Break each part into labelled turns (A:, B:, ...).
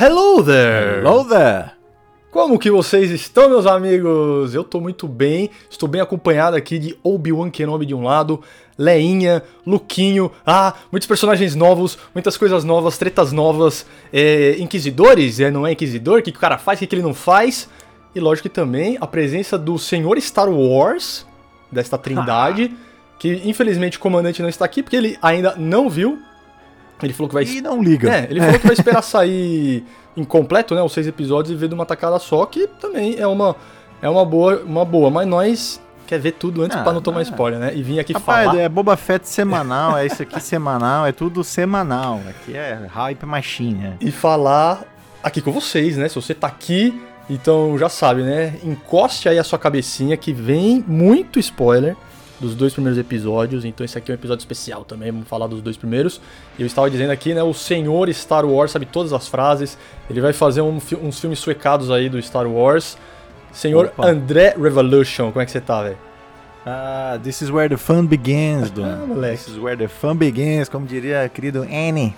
A: Hello there!
B: Hello there!
A: Como que vocês estão, meus amigos? Eu tô muito bem, estou bem acompanhado aqui de Obi-Wan Kenobi de um lado, Leinha, Luquinho, ah, muitos personagens novos, muitas coisas novas, tretas novas, é, inquisidores, é, não é inquisidor, o que, que o cara faz, o que, que ele não faz, e lógico que também a presença do senhor Star Wars, desta trindade, que infelizmente o comandante não está aqui, porque ele ainda não viu, ele falou que vai
B: E não liga.
A: é, ele falou que vai esperar sair incompleto, né? Os seis episódios e ver de uma tacada só, que também é uma, é uma boa, uma boa. Mas nós quer ver tudo antes
B: Ah,
A: pra não tomar
B: não.
A: spoiler, né? E vim aqui
B: Rapaz,
A: falar.
B: é Boba Fett semanal, é isso aqui semanal, é tudo semanal. Aqui é hype machine, né?
A: E falar aqui com vocês, né? Se você tá aqui, então já sabe, né? Encoste aí a sua cabecinha que vem muito spoiler dos dois primeiros episódios. Então esse aqui é um episódio especial também, vamos falar dos dois primeiros. E eu estava dizendo aqui, né? O senhor Star Wars sabe todas as frases. Ele vai fazer um fi- uns filmes suecados aí do Star Wars. Senhor
B: Opa.
A: André Revolution, como é que você tá, velho?
B: Ah, this is where the fun begins, Dona.
A: Ah, moleque.
B: This is where the fun begins, como diria a querido Annie.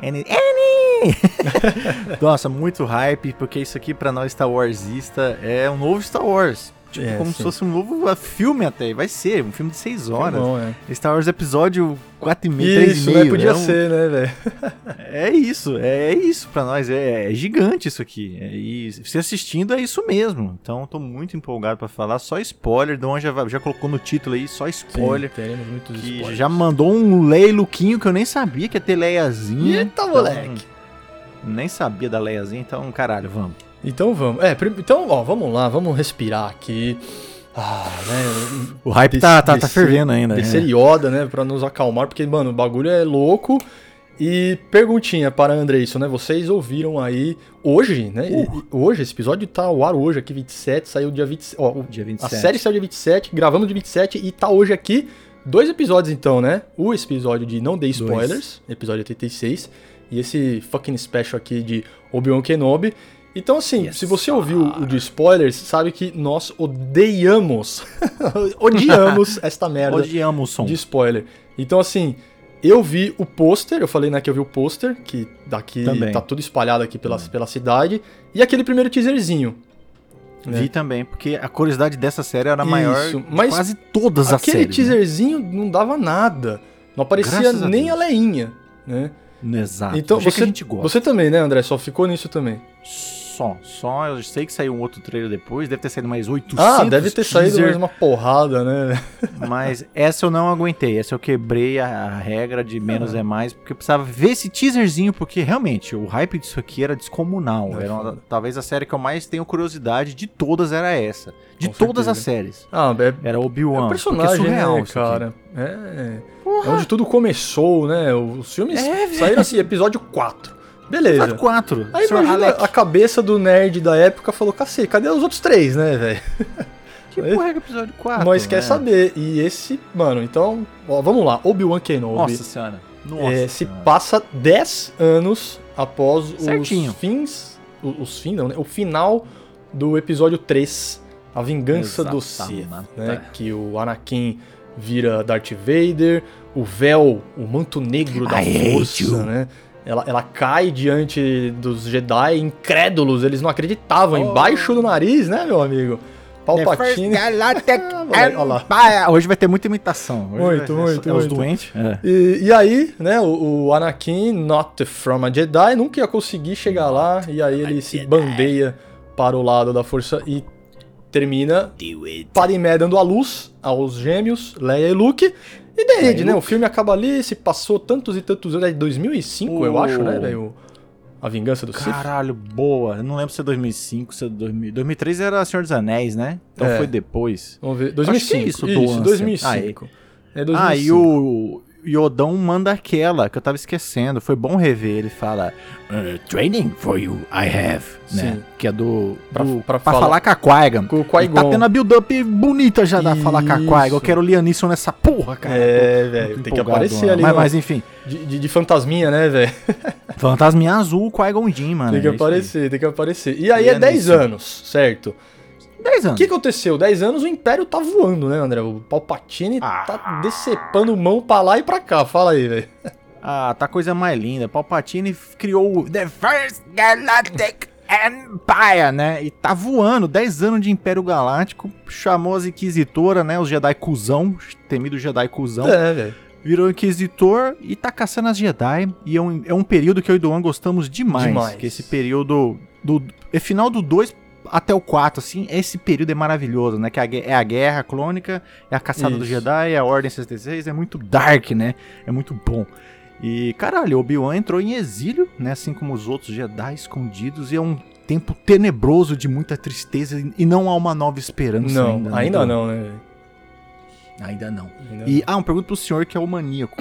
B: Annie. Annie! Nossa, muito hype, porque isso aqui pra nós Star Warsista é um novo Star Wars. Tipo,
A: É,
B: como
A: sim.
B: se fosse um novo ah, filme até. Vai ser, um filme de 6 horas.
A: Bom, é.
B: Star Wars episódio 4 e meio, 3
A: Isso,
B: e
A: né?
B: meio.
A: Podia
B: é um-
A: ser, né, velho?
B: É isso, é isso pra nós. É, é gigante isso aqui. É, e se assistindo é isso mesmo. Então tô muito empolgado pra falar. Só spoiler, Dom já, vai- já colocou no título aí, só spoiler.
A: Sim, teremos muitos
B: que
A: spoilers.
B: já mandou um leiluquinho que eu nem sabia que ia ter leiazinha.
A: Eita,
B: Então,
A: moleque!
B: Nem sabia da leiazinha, então caralho, vamos.
A: Então vamos. É, prim- então, ó, vamos lá, vamos respirar aqui. Ah, né?
B: O hype
A: Des-
B: tá, tá, tá
A: descer-
B: fervendo ainda. né?
A: Descer Yoda, né? Pra nos acalmar, porque, mano, o bagulho é louco. E perguntinha para Andreisson, né? Vocês ouviram aí hoje, né?
B: Uh.
A: E- Hoje, esse episódio tá ao ar hoje, aqui 27, saiu dia 27. Ó, o-
B: Dia
A: a
B: 27.
A: série saiu dia 27, gravamos dia 27 e tá hoje aqui dois episódios então, né? O episódio de Não Dei Spoilers, episódio 86, e esse fucking special aqui de Obi-Wan Kenobi. Então assim,
B: Yes,
A: se você ouviu o de spoilers, sabe que nós odeiamos, odiamos esta merda
B: Odiamos o som.
A: de spoiler. Então, assim, eu vi o pôster, eu falei, né, que eu vi o pôster, que daqui
B: Também.
A: tá tudo espalhado aqui pela, pela cidade, e aquele primeiro teaserzinho. né?
B: Vi também, porque a curiosidade dessa série era maior
A: Isso,
B: de
A: mas
B: quase todas as
A: aquele
B: séries. né?
A: teaserzinho não dava nada. Não aparecia
B: Graças a
A: nem a,
B: Deus.
A: leinha, né?
B: Exato.
A: então,
B: do jeito
A: você,
B: que a gente gosta.
A: você também, né, André? Só ficou nisso também.
B: Só, só. Eu sei que saiu um outro trailer depois, deve ter saído mais 800
A: Ah, deve ter saído mais
B: teaser,
A: uma porrada, né?
B: Mas essa eu não aguentei, essa eu quebrei a, a regra de menos
A: Uhum.
B: é mais, porque eu precisava ver esse teaserzinho, porque realmente o hype disso aqui era descomunal.
A: Não, é
B: era uma-
A: foda.
B: talvez a série que eu mais tenho curiosidade de todas era essa. De
A: Com
B: todas
A: certeza.
B: as séries.
A: Ah, é,
B: Era
A: é
B: Obi-Wan.
A: um
B: porque
A: personagem,
B: surreal
A: né,
B: isso aqui.
A: cara? É... é onde tudo começou, né? Os filmes
B: É, velho.
A: saíram assim, episódio 4. Beleza.
B: Episódio 4.
A: Aí
B: Sr.
A: imagina
B: Alec.
A: a cabeça do nerd da época falou, cacete, cadê os outros três, né, velho?
B: Que porra é que é episódio 4?
A: Nós quer
B: né?
A: saber. E esse, mano, então, ó, vamos lá. Obi-Wan Kenobi
B: Nossa senhora. Nossa.
A: eh, se
B: senhora.
A: passa 10 anos após
B: Certinho.
A: os fins, o- os, fins não, né? O final do episódio 3, A Vingança do Sith,
B: Exatamente.
A: né? Que o Anakin vira Darth Vader, o véu, o manto negro da
B: I hate
A: força,
B: you.
A: né? Ela, ela cai diante dos Jedi incrédulos, eles não acreditavam, embaixo do nariz, né, meu amigo? Palpatine.
B: Galactic
A: Ah, moleque, olha lá.
B: Empire. Hoje vai ter muita imitação. Hoje
A: Muito,
B: vai-
A: muito,
B: é Os
A: muito.
B: doentes.
A: E, e aí, né, o, o Anakin, not from a Jedi, nunca ia conseguir chegar lá, e aí ele se bandeia para o lado da força e termina Padmé dando a luz aos gêmeos, Leia e Luke, e The
B: Leia e
A: End, né, o filme acaba ali, se passou tantos e tantos anos, é de 2005, eu
B: Oh.
A: acho, né, velho, a vingança do Sith.
B: Caralho, boa. Eu não lembro se é 2005, se é 2000. 2003 era Senhor dos Anéis, né? Então
A: É.
B: foi depois.
A: Vamos ver,
B: Acho que
A: 2005,
B: é
A: isso,
B: isso, Doan,
A: 2005. É 2005.
B: Ah, e o Yodão manda aquela que eu tava esquecendo. Foi bom rever. Ele fala: "Uh, Training for you, I have.
A: Sim.
B: Né? Que é do.
A: Pra-
B: do-
A: pra
B: pra
A: falar-
B: falar com a Qui-Gon.
A: Com o
B: E tá
A: Qui-Gon.
B: tendo a build-up bonita já da falar com a Qui-Gon.
A: Isso.
B: Eu quero o Lianisson nessa porra, cara.
A: É,
B: Tô
A: velho,
B: muito
A: tem que
B: empolgado,
A: aparecer
B: mano.
A: ali
B: Mas,
A: no-
B: mas enfim,
A: de, de- de fantasminha, né, velho?
B: Fantasminha Azul, Qui-Gon Jinn, mano.
A: Tem que
B: é isso aí.
A: aparecer, tem que aparecer. E aí
B: E
A: é
B: é
A: 10
B: nisso.
A: anos, certo?
B: 10
A: O
B: anos.
A: que aconteceu? 10 anos o Império tá voando, né, André? O Palpatine
B: Ah.
A: tá decepando mão pra lá e pra cá. Fala aí, velho.
B: Ah, tá coisa mais linda. Palpatine criou o The First Galactic Empire, né? E tá voando, 10 anos de Império Galáctico, chamou as Inquisitora, né? Os Jedi cuzão, temido Jedi cuzão.
A: É, velho.
B: Virou Inquisitor e tá caçando as Jedi. E é um, é um período que eu e o Duan gostamos demais.
A: Demais.
B: Que esse período do... É final do 2 até o 4, assim, esse período é maravilhoso, né? Que a gue- é a guerra clônica, é a caçada do
A: Isso.
B: Jedi, é a Ordem 66, é muito dark, né? É muito bom. E, caralho, Obi-Wan entrou em exílio, né? Assim como os outros Jedi escondidos, e é um tempo tenebroso de muita tristeza e- e não há uma nova esperança
A: Não,
B: ainda.
A: ainda,
B: né, Duan?
A: não, né? velho?
B: Ainda não.
A: Ainda
B: E, ah, uma pergunta pro senhor que é o maníaco.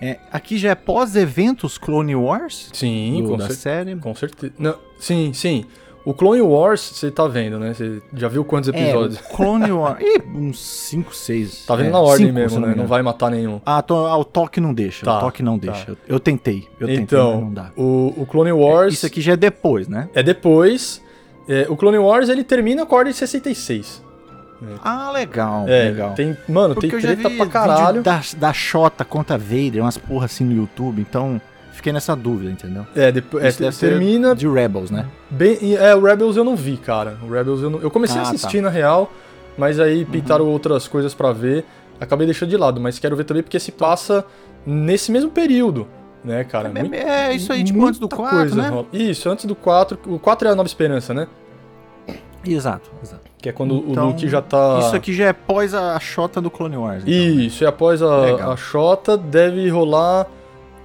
B: É, aqui já é pós-eventos Clone Wars?
A: Sim,
B: do-
A: com,
B: da
A: cer-
B: série.
A: com certeza. Não, sim, sim. O Clone Wars, você tá vendo, né? Você já viu quantos episódios?
B: É, o Clone Wars. Ih, uns É, 5, 6.
A: tá vendo na ordem mesmo, né? Não vai matar nenhum.
B: Ah, tô- ah, o toque não deixa.
A: Tá,
B: o toque não
A: tá.
B: deixa. Eu, eu tentei. Eu tentei, mas
A: então,
B: não dá.
A: o, o Clone Wars
B: Isso aqui já é depois, né?
A: é depois. É, o Clone Wars ele termina com a Ordem 66.
B: Ah, legal.
A: É,
B: legal.
A: tem. Mano, tem treta pra caralho.
B: vídeo da, da Xota contra Vader, umas porra assim no YouTube, então fiquei nessa dúvida, entendeu?
A: É, depois, é,
B: Isso deve ser
A: termina
B: De Rebels, né?
A: Bem, e, é, o Rebels eu não vi, cara. O Rebels eu não... Eu comecei a
B: Ah, Uhum.
A: assistir, na real, mas aí pintaram outras coisas pra ver. Acabei deixando de lado, mas quero ver também porque se passa nesse mesmo período, né, cara?
B: É,
A: Muito-
B: é isso aí, tipo
A: muita
B: antes do 4,
A: coisa
B: né?
A: rola. Isso, antes do 4. O 4 é a Nova Esperança, né?
B: Exato, exato.
A: Que é quando
B: Então,
A: o Luke já tá...
B: Isso aqui já é pós a Xota do Clone Wars. então, né?
A: Isso, e após
B: Legal.
A: a, a Xota, deve rolar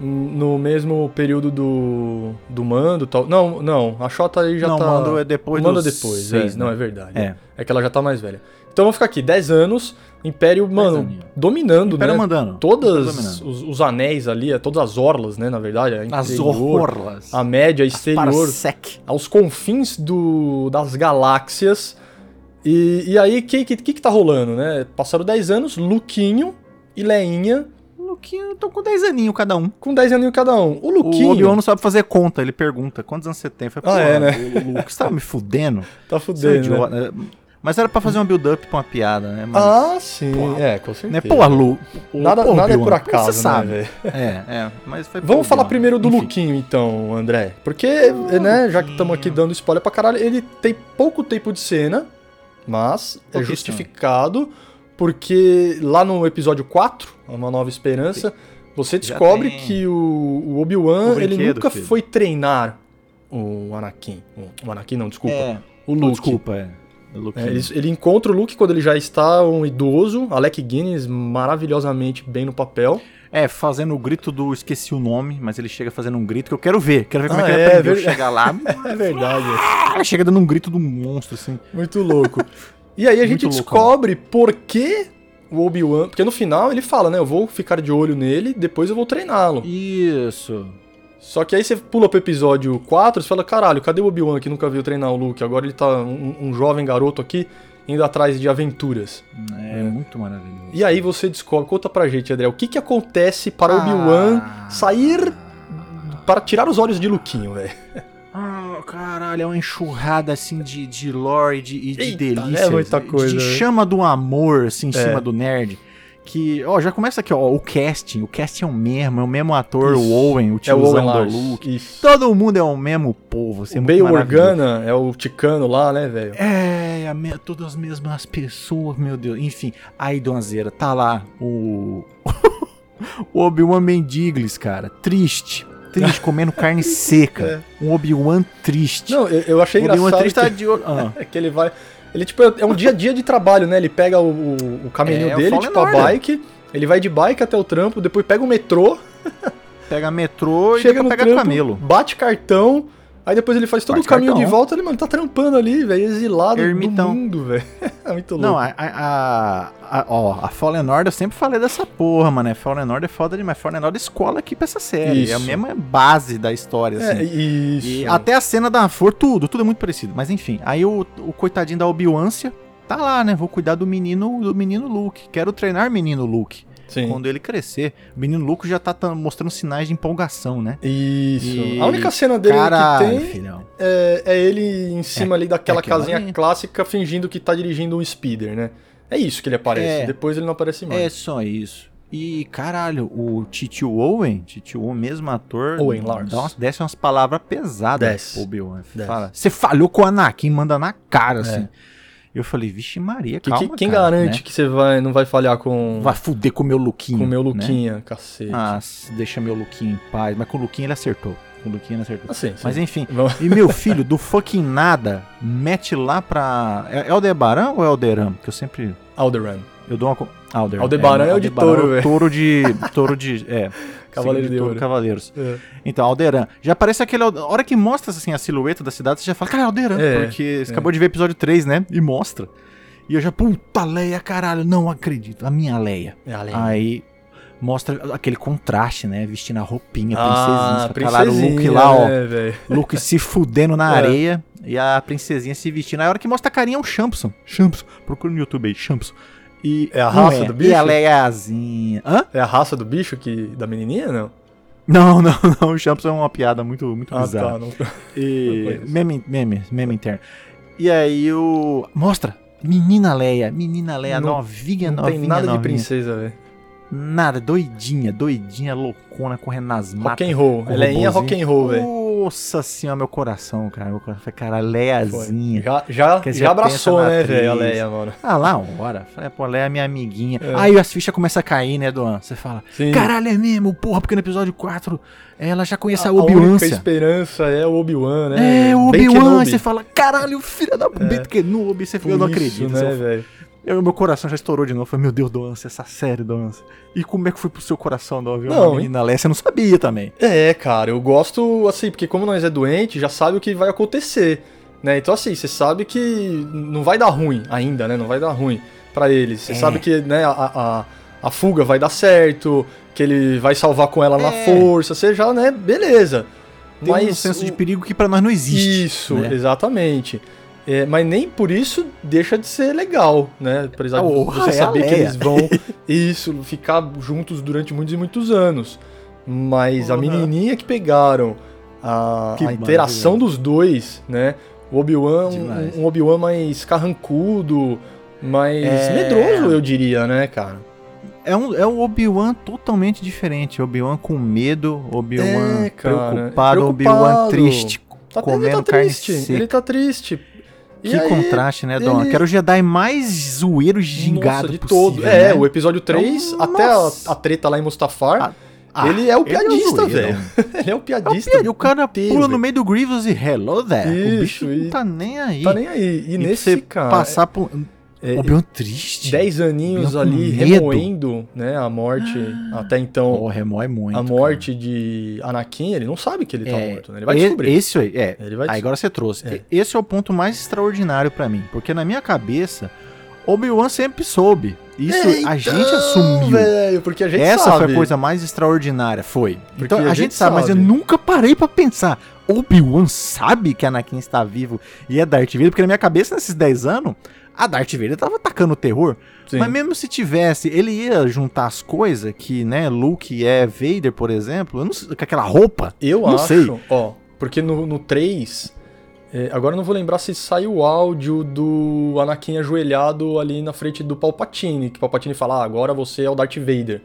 A: hum, no mesmo período do, do Mando e tal. Não, não, a Xota aí já
B: não,
A: tá...
B: mando é depois
A: Manda
B: dos
A: depois,
B: seis,
A: é, não,
B: né?
A: é verdade.
B: É.
A: É. que ela já tá mais velha. Então vamos ficar aqui, 10 anos, Império, mano,
B: aninhos.
A: dominando,
B: Império
A: né?
B: mandando. Tá Império
A: Todas
B: dominando.
A: os, os anéis ali, é, todas as orlas, né, na verdade. é
B: As
A: interior,
B: horrorlas.
A: A média, exterior,
B: Parsec.
A: aos confins do, das galáxias. E, e aí, o que, que, que que tá rolando, né? Passaram 10 anos, Luquinho e Leinha,
B: Luquinho, eu tô com 10 aninhos cada um.
A: com 10 aninhos cada um. O
B: O
A: Luquinho...
B: Obi-Wan não sabe fazer conta, ele pergunta quantos anos você tem. Eu Falei,
A: Ah,
B: "Pô,
A: é,
B: o Luke, você tá me fudendo?
A: tá
B: Você é um
A: fudendo, né?
B: idiota." Mas era pra fazer uma build-up pra uma piada, né? Mas,
A: Ah, sim,
B: Porra.
A: é, com certeza.
B: né? Pô, Lu. pô,
A: nada
B: pô,
A: nada é
B: Obi-Wan,
A: por acaso,
B: Você sabe.
A: né, velho?
B: É, é. Mas foi
A: Vamos
B: pô,
A: falar
B: Obi-Wan.
A: primeiro do
B: Enfim.
A: Luquinho, então, André. Porque, né, já que estamos aqui dando spoiler pra caralho, ele tem pouco tempo de cena, mas é
B: Pouquíssimo.
A: justificado, porque lá no episódio 4, Uma Nova Esperança, você
B: Já
A: descobre
B: tem.
A: que o, o
B: O
A: Obi-Wan, ele
B: brinquedo,
A: nunca
B: filho.
A: foi treinar o Anakin. O- O Anakin não, desculpa.
B: É,
A: o Luke.
B: pô, desculpa, é. O Luke.
A: É, ele, ele encontra o Luke quando ele já está um idoso, Alec Guinness maravilhosamente bem no papel.
B: É, fazendo o grito do. Esqueci o nome, mas ele chega fazendo um grito que eu quero ver. Quero ver como
A: Ah,
B: é que ele
A: é,
B: aprendeu.
A: ver-
B: Chegar lá.
A: É verdade.
B: ah, chega dando um grito do monstro, assim.
A: Muito louco. E aí a gente
B: Muito louco,
A: descobre por que o Obi-Wan. Porque no final ele fala, né? Eu vou ficar de olho nele, depois eu vou treiná-lo.
B: Isso.
A: Só que aí você pula pro episódio 4 você fala: caralho, cadê o Obi-Wan que nunca veio treinar o Luke? Agora ele tá um, um jovem garoto aqui indo atrás de aventuras.
B: É, muito maravilhoso.
A: E aí você descobre. Conta pra gente, André, o que que acontece para
B: Ah.
A: o Obi-Wan sair. Para tirar os olhos de Luquinho, velho.
B: É Ah, caralho, é uma enxurrada assim de, de lore e de, e de
A: Eita,
B: delícia.
A: é muita coisa,
B: De
A: né?
B: chama do amor, assim, em
A: É.
B: cima do nerd. Que, ó, já começa aqui, ó, o casting. O casting é o mesmo, é o mesmo ator,
A: Isso.
B: o Owen, o
A: É o Owen
B: tiozão do
A: Lars.
B: Luke.
A: Isso.
B: Todo mundo é o mesmo povo, assim, é
A: o
B: muito
A: Bay
B: maravilhoso.
A: Organa é o Ticano lá, né, velho?
B: É, a me- todas as mesmas pessoas, meu Deus. Enfim, aí, Donzeira, tá lá o. o Obi-Wan Mendiglis, cara. Triste. Triste, comendo carne seca. Um Obi-Wan triste.
A: Não, eu, eu achei
B: o Obi-Wan
A: engraçado.
B: triste
A: que-
B: tá de olho. Ah.
A: É que ele vai. Ele, tipo, é um dia a dia de trabalho, né? Ele pega o, o, o caminho
B: É, o
A: dele,
B: Fallen
A: tipo, a
B: Order.
A: bike. Ele vai de bike até o trampo, depois pega o metrô,
B: Pega metrô e
A: chega no
B: pega
A: trampo,
B: camelo.
A: bate cartão. Aí depois ele faz todo
B: Bate
A: o caminho de
B: cartão.
A: volta. Ele, mano, tá trampando ali, velho, exilado
B: Ermitão.
A: do mundo, velho. É muito louco.
B: Não, a, a, a, a- ó, a Fallen Order, eu sempre falei dessa porra, mano. né? Fallen Order é foda demais. Fallen Order escola aqui pra essa série. É a
A: Isso.
B: mesma base da história, assim.
A: é, isso.
B: E até a cena da flor, tudo, tudo é muito parecido. Mas enfim, aí o, o coitadinho da Obiwância tá lá, né? Vou cuidar do menino, do menino Luke. Quero treinar menino Luke.
A: Sim.
B: Quando ele crescer, o menino Luke já tá tan- mostrando sinais de empolgação, né?
A: Isso.
B: E-
A: A única cena dele que
B: Caralho,
A: tem
B: filhão.
A: é, é ele em cima ali daquela
B: é aquilo
A: casinha
B: ali.
A: clássica fingindo que tá dirigindo um speeder, né? É isso que ele aparece.
B: É.
A: Depois ele não aparece mais.
B: É só isso. E, caralho, o Titio Owen, Titio Owen, mesmo ator,
A: Owen
B: dá
A: Lars.
B: umas- desce umas palavras pesadas
A: Desce.
B: pro Obi-Wan.
A: Desce.
B: Fala, Você falhou com o Anakin, manda na cara,
A: É.
B: assim. Eu falei, vixe Maria,
A: Que- que-
B: calma,
A: quem
B: cara,
A: garante
B: né?
A: que você vai, não vai falhar com
B: Vai fuder com o meu Luquinho.
A: com o meu
B: né?
A: Luquinha, cacete.
B: Ah, s- deixa meu Luquinho em paz. Mas com o Luquinho ele acertou. Com o Luquinho ele acertou.
A: Assim, sim.
B: Mas enfim.
A: Vamos-
B: E meu filho, do fucking nada, mete lá pra. É é Aldebaran ou é Alderam? Que eu sempre.
A: Alderaan.
B: Eu dou uma. co- Alderan.
A: Aldebaran é o de
B: Aldebaran
A: touro,
B: é o
A: velho.
B: Touro de. Touro de. É.
A: Cavaleiro
B: signo
A: de
B: touro,
A: ouro.
B: Cavaleiros.
A: É.
B: Então, Alderan. Já parece aquele. Ald- A hora que mostra assim, a silhueta da cidade, você já fala, cara, é Alderan.
A: É,
B: porque você
A: é.
B: acabou de ver episódio 3, né? E mostra. E eu já, puta Leia, caralho, não acredito. A minha Leia.
A: É além.
B: Aí mostra aquele contraste, né? Vestindo a roupinha,
A: Ah,
B: princesinha. Você fala, "Caralho, o Luke lá, ó.
A: né, velho?
B: Luke se fudendo na
A: É.
B: areia e a princesinha se vestindo. Aí a hora que mostra a carinha é um Shampson. Shampson. Procura no YouTube aí, Shampson. E
A: É a
B: não
A: raça do bicho?
B: E ela é azinha. Hã?
A: É a raça do bicho que da menininha, não? Ah, tá,
B: Não, não, não. O Shampson é uma piada muito, muito bizarra.
A: não.
B: E...
A: Não conheço.
B: Meme, meme, meme interno. E aí o... Mostra. Menina Leia. Menina Leia,
A: Não-
B: novinha,
A: Não
B: novinha,
A: tem nada de
B: novinha.
A: princesa, velho.
B: Nada, doidinha, doidinha, loucona, correndo nas
A: Rock
B: matas.
A: and roll.
B: com o
A: Ela é rock
B: robôzinho.
A: and roll, velho.
B: Nossa senhora, meu coração, cara. Meu coração foi, cara,
A: Foi.
B: Leiazinha.
A: Já, já,
B: Quer dizer,
A: já abraçou,
B: pensa na
A: né, velho, a
B: atriz.
A: Leia, mano.
B: Ah, lá, uma hora. Falei, pô, Leia é minha amiguinha.
A: É.
B: Aí as fichas começam a cair, né, Duan? Você fala,
A: Sim.
B: caralho, é mesmo, porra, porque no episódio 4 ela já conhece a,
A: a única
B: Obi-Wan.
A: esperança é o Obi-Wan, né?
B: É, o
A: Ben
B: Obi-Wan,
A: Kenobi. É.
B: você fala, caralho, filha da Ben Kenobi, você fala, eu não
A: Isso,
B: acredito.
A: né,
B: você-
A: velho?
B: eu- meu coração já estourou de novo, eu falei, meu Deus, Doan, é essa série, Doan. E como é que foi pro seu coração, Doan, ver
A: Não,
B: uma menina Leia? Você não sabia também.
A: É, cara, eu gosto, assim, porque como nós é doente, já sabe o que vai acontecer, né? Então, assim, você sabe que não vai dar ruim ainda, né? Não vai dar ruim pra eles. Você
B: É.
A: sabe que, né, a, a, a fuga vai dar certo, que ele vai salvar com ela na
B: É.
A: força, você já, né, beleza.
B: Tem um senso de
A: o-
B: perigo que pra nós não existe.
A: Isso,
B: né?
A: exatamente. É, mas nem por isso deixa de ser legal, né? Apesar de
B: Porra,
A: você
B: é a
A: saber que
B: Leia.
A: eles vão isso, ficar juntos durante muitos e muitos anos. Mas a
B: Porra.
A: menininha que pegaram, a,
B: Que
A: a interação dos
B: maravilha.
A: dois, né? O Obi-Wan,
B: Demais.
A: um, um Obi-Wan mais carrancudo, mais
B: É.
A: medroso, eu diria, né, cara?
B: É um, é um Obi-Wan totalmente diferente. Obi-Wan com medo, Obi-Wan
A: É, cara,
B: preocupado,
A: preocupado.
B: Obi-Wan triste, comendo
A: ele tá
B: carne
A: triste,
B: seca.
A: ele tá triste. E
B: Que
A: aí-
B: contraste, né, Dom?
A: ele-
B: Quero o Jedi mais zoeiro e gingado
A: Nossa, de
B: possível,
A: todo. É,
B: né? Então,
A: o episódio 3,
B: Nossa.
A: até a, a treta lá em Mustafar,
B: Ah,
A: ele é o
B: ele é
A: piadista,
B: zoeiro.
A: velho. ele é o
B: É o
A: piadista.
B: piada, o cara
A: inteiro,
B: pula
A: velho.
B: no meio do Grievous e hello there. o
A: Isso,
B: bicho
A: e-
B: não tá nem aí.
A: Tá nem aí. E,
B: E pra
A: nesse,
B: você
A: cara,
B: Passar por. um
A: é, é,
B: Obi-Wan triste.
A: 10 aninhos
B: Bianco
A: ali
B: medo.
A: remoendo, né, a morte, até então,
B: Oh, remói muito.
A: a
B: cara.
A: morte de Anakin, ele não sabe que ele tá
B: É,
A: morto, né? Ele vai
B: e-
A: descobrir.
B: Esse aí, é.
A: Ele vai
B: Aí
A: descobrir.
B: agora você trouxe.
A: É.
B: E- Esse é o ponto mais extraordinário pra mim, porque na minha cabeça, Obi-Wan sempre soube. Isso a gente
A: Então,
B: assumiu.
A: velho, porque a gente
B: Essa
A: sabe.
B: foi a coisa mais extraordinária, foi.
A: Porque
B: então a,
A: a
B: gente,
A: gente
B: sabe, mas eu
A: sabe.
B: nunca parei pra pensar. Obi-Wan sabe que Anakin está vivo e é Darth Vader, porque na minha cabeça nesses 10 anos, a Darth Vader tava atacando o terror.
A: Sim.
B: Mas mesmo se tivesse, ele ia juntar as coisas que, né, Luke é Vader, por exemplo, eu não sei, com aquela roupa.
A: Eu
B: Não
A: acho,
B: sei.
A: ó, porque no, no 3, é, agora eu não vou lembrar se saiu o áudio do Anakin ajoelhado ali na frente do Palpatine, que o Palpatine fala, ah, agora você é o Darth Vader.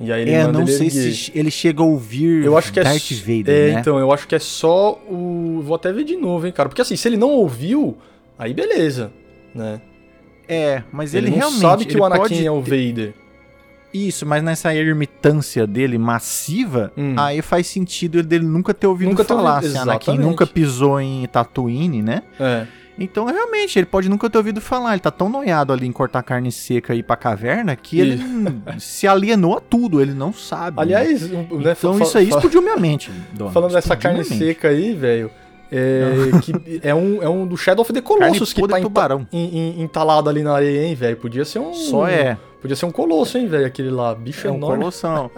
A: E aí ele
B: é,
A: manda
B: não
A: ele
B: sei
A: erguer.
B: se ele chega a ouvir
A: eu acho que é
B: Darth
A: s-
B: Vader,
A: é,
B: né?
A: então, eu acho que é só o... Vou até ver de novo, hein, cara. Porque assim, se ele não ouviu, aí beleza, né?
B: É, mas ele,
A: Ele, não
B: realmente
A: sabe que
B: ele
A: o Anakin
B: pode
A: é o
B: ter-
A: Vader.
B: Isso, mas nessa ermitância dele massiva,
A: Hum.
B: aí faz sentido ele dele nunca ter ouvido
A: Nunca ter
B: falar.
A: ouvido-
B: assim, Anakin
A: exatamente.
B: nunca pisou em Tatooine, né?
A: É.
B: Então, realmente, ele pode nunca ter ouvido falar. Ele tá tão noiado ali em cortar carne seca e ir pra caverna que ele hum, se alienou a tudo. Ele não sabe. né?
A: Aliás, um- né,
B: então
A: fa-
B: isso aí
A: fa-
B: explodiu minha mente. Dona.
A: Falando dessa
B: Explodiu
A: carne
B: minha mente.
A: seca aí, velho. É, que é, um, é um do Shadow of the
B: Carne
A: Colossus que
B: podre
A: tá
B: e
A: enta-
B: tubarão.
A: en- en- entalado ali na areia, hein, velho. Podia ser um.
B: Só é.
A: Podia ser um colosso, hein, velho. Aquele lá, bicho
B: É um
A: enorme.
B: colossal.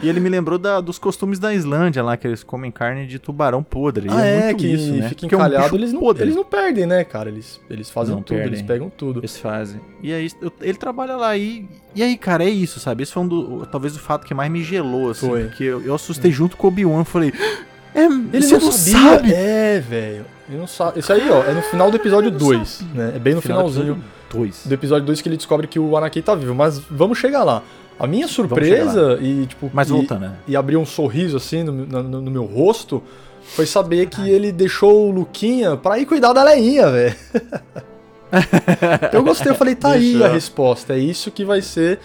B: E ele me lembrou da- dos costumes da Islândia lá, que eles comem carne de tubarão podre.
A: Ah,
B: e
A: é,
B: muito
A: que
B: isso, né?
A: fica
B: Porque é um
A: encalhado,
B: bicho
A: eles, não,
B: podre.
A: eles não perdem, né, cara? Eles, eles fazem
B: Não
A: tudo, eles
B: perdem.
A: pegam tudo.
B: Eles fazem. E aí, eu- ele trabalha lá e. E aí, cara, é isso, sabe? Esse foi um do. Talvez o fato que mais me gelou, assim.
A: Foi.
B: Porque eu, eu assustei junto com o Obi-Wan. Falei. "É,
A: Ele
B: você
A: não sabia. É, velho. Ele não sabe. Isso aí, ó, é no final do episódio
B: não
A: 2,
B: sabia.
A: né? É bem no finalzinho
B: Dois.
A: do episódio 2 que ele descobre que o Anakin tá vivo, mas vamos chegar lá. A minha surpresa e, tipo,
B: Mas
A: e,
B: voltando, né?
A: e abriu um sorriso assim no, no- no- no meu rosto foi saber que ele deixou o Luquinha pra ir cuidar da Leinha, velho. eu gostei, eu falei, tá aí
B: Deixou.
A: a resposta. É isso que vai ser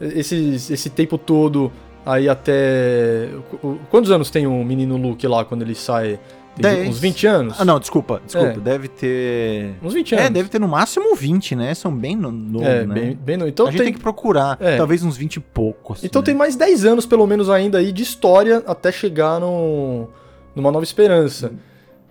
A: esse, esse tempo todo aí até. qu- Quantos anos tem o menino Luke lá quando ele sai? Tem
B: Dez.
A: Uns 20 anos?
B: Ah, não, desculpa, desculpa.
A: É.
B: Deve ter.
A: Uns 20 anos.
B: É, deve ter no máximo 20, né? São bem no, novo,
A: É,
B: né?
A: bem, bem no- Então
B: a gente
A: tem,
B: tem, que procurar.
A: É.
B: Talvez uns 20 e assim, poucos.
A: Então tem mais 10 anos, pelo menos, ainda aí de história até chegar num, numa nova esperança.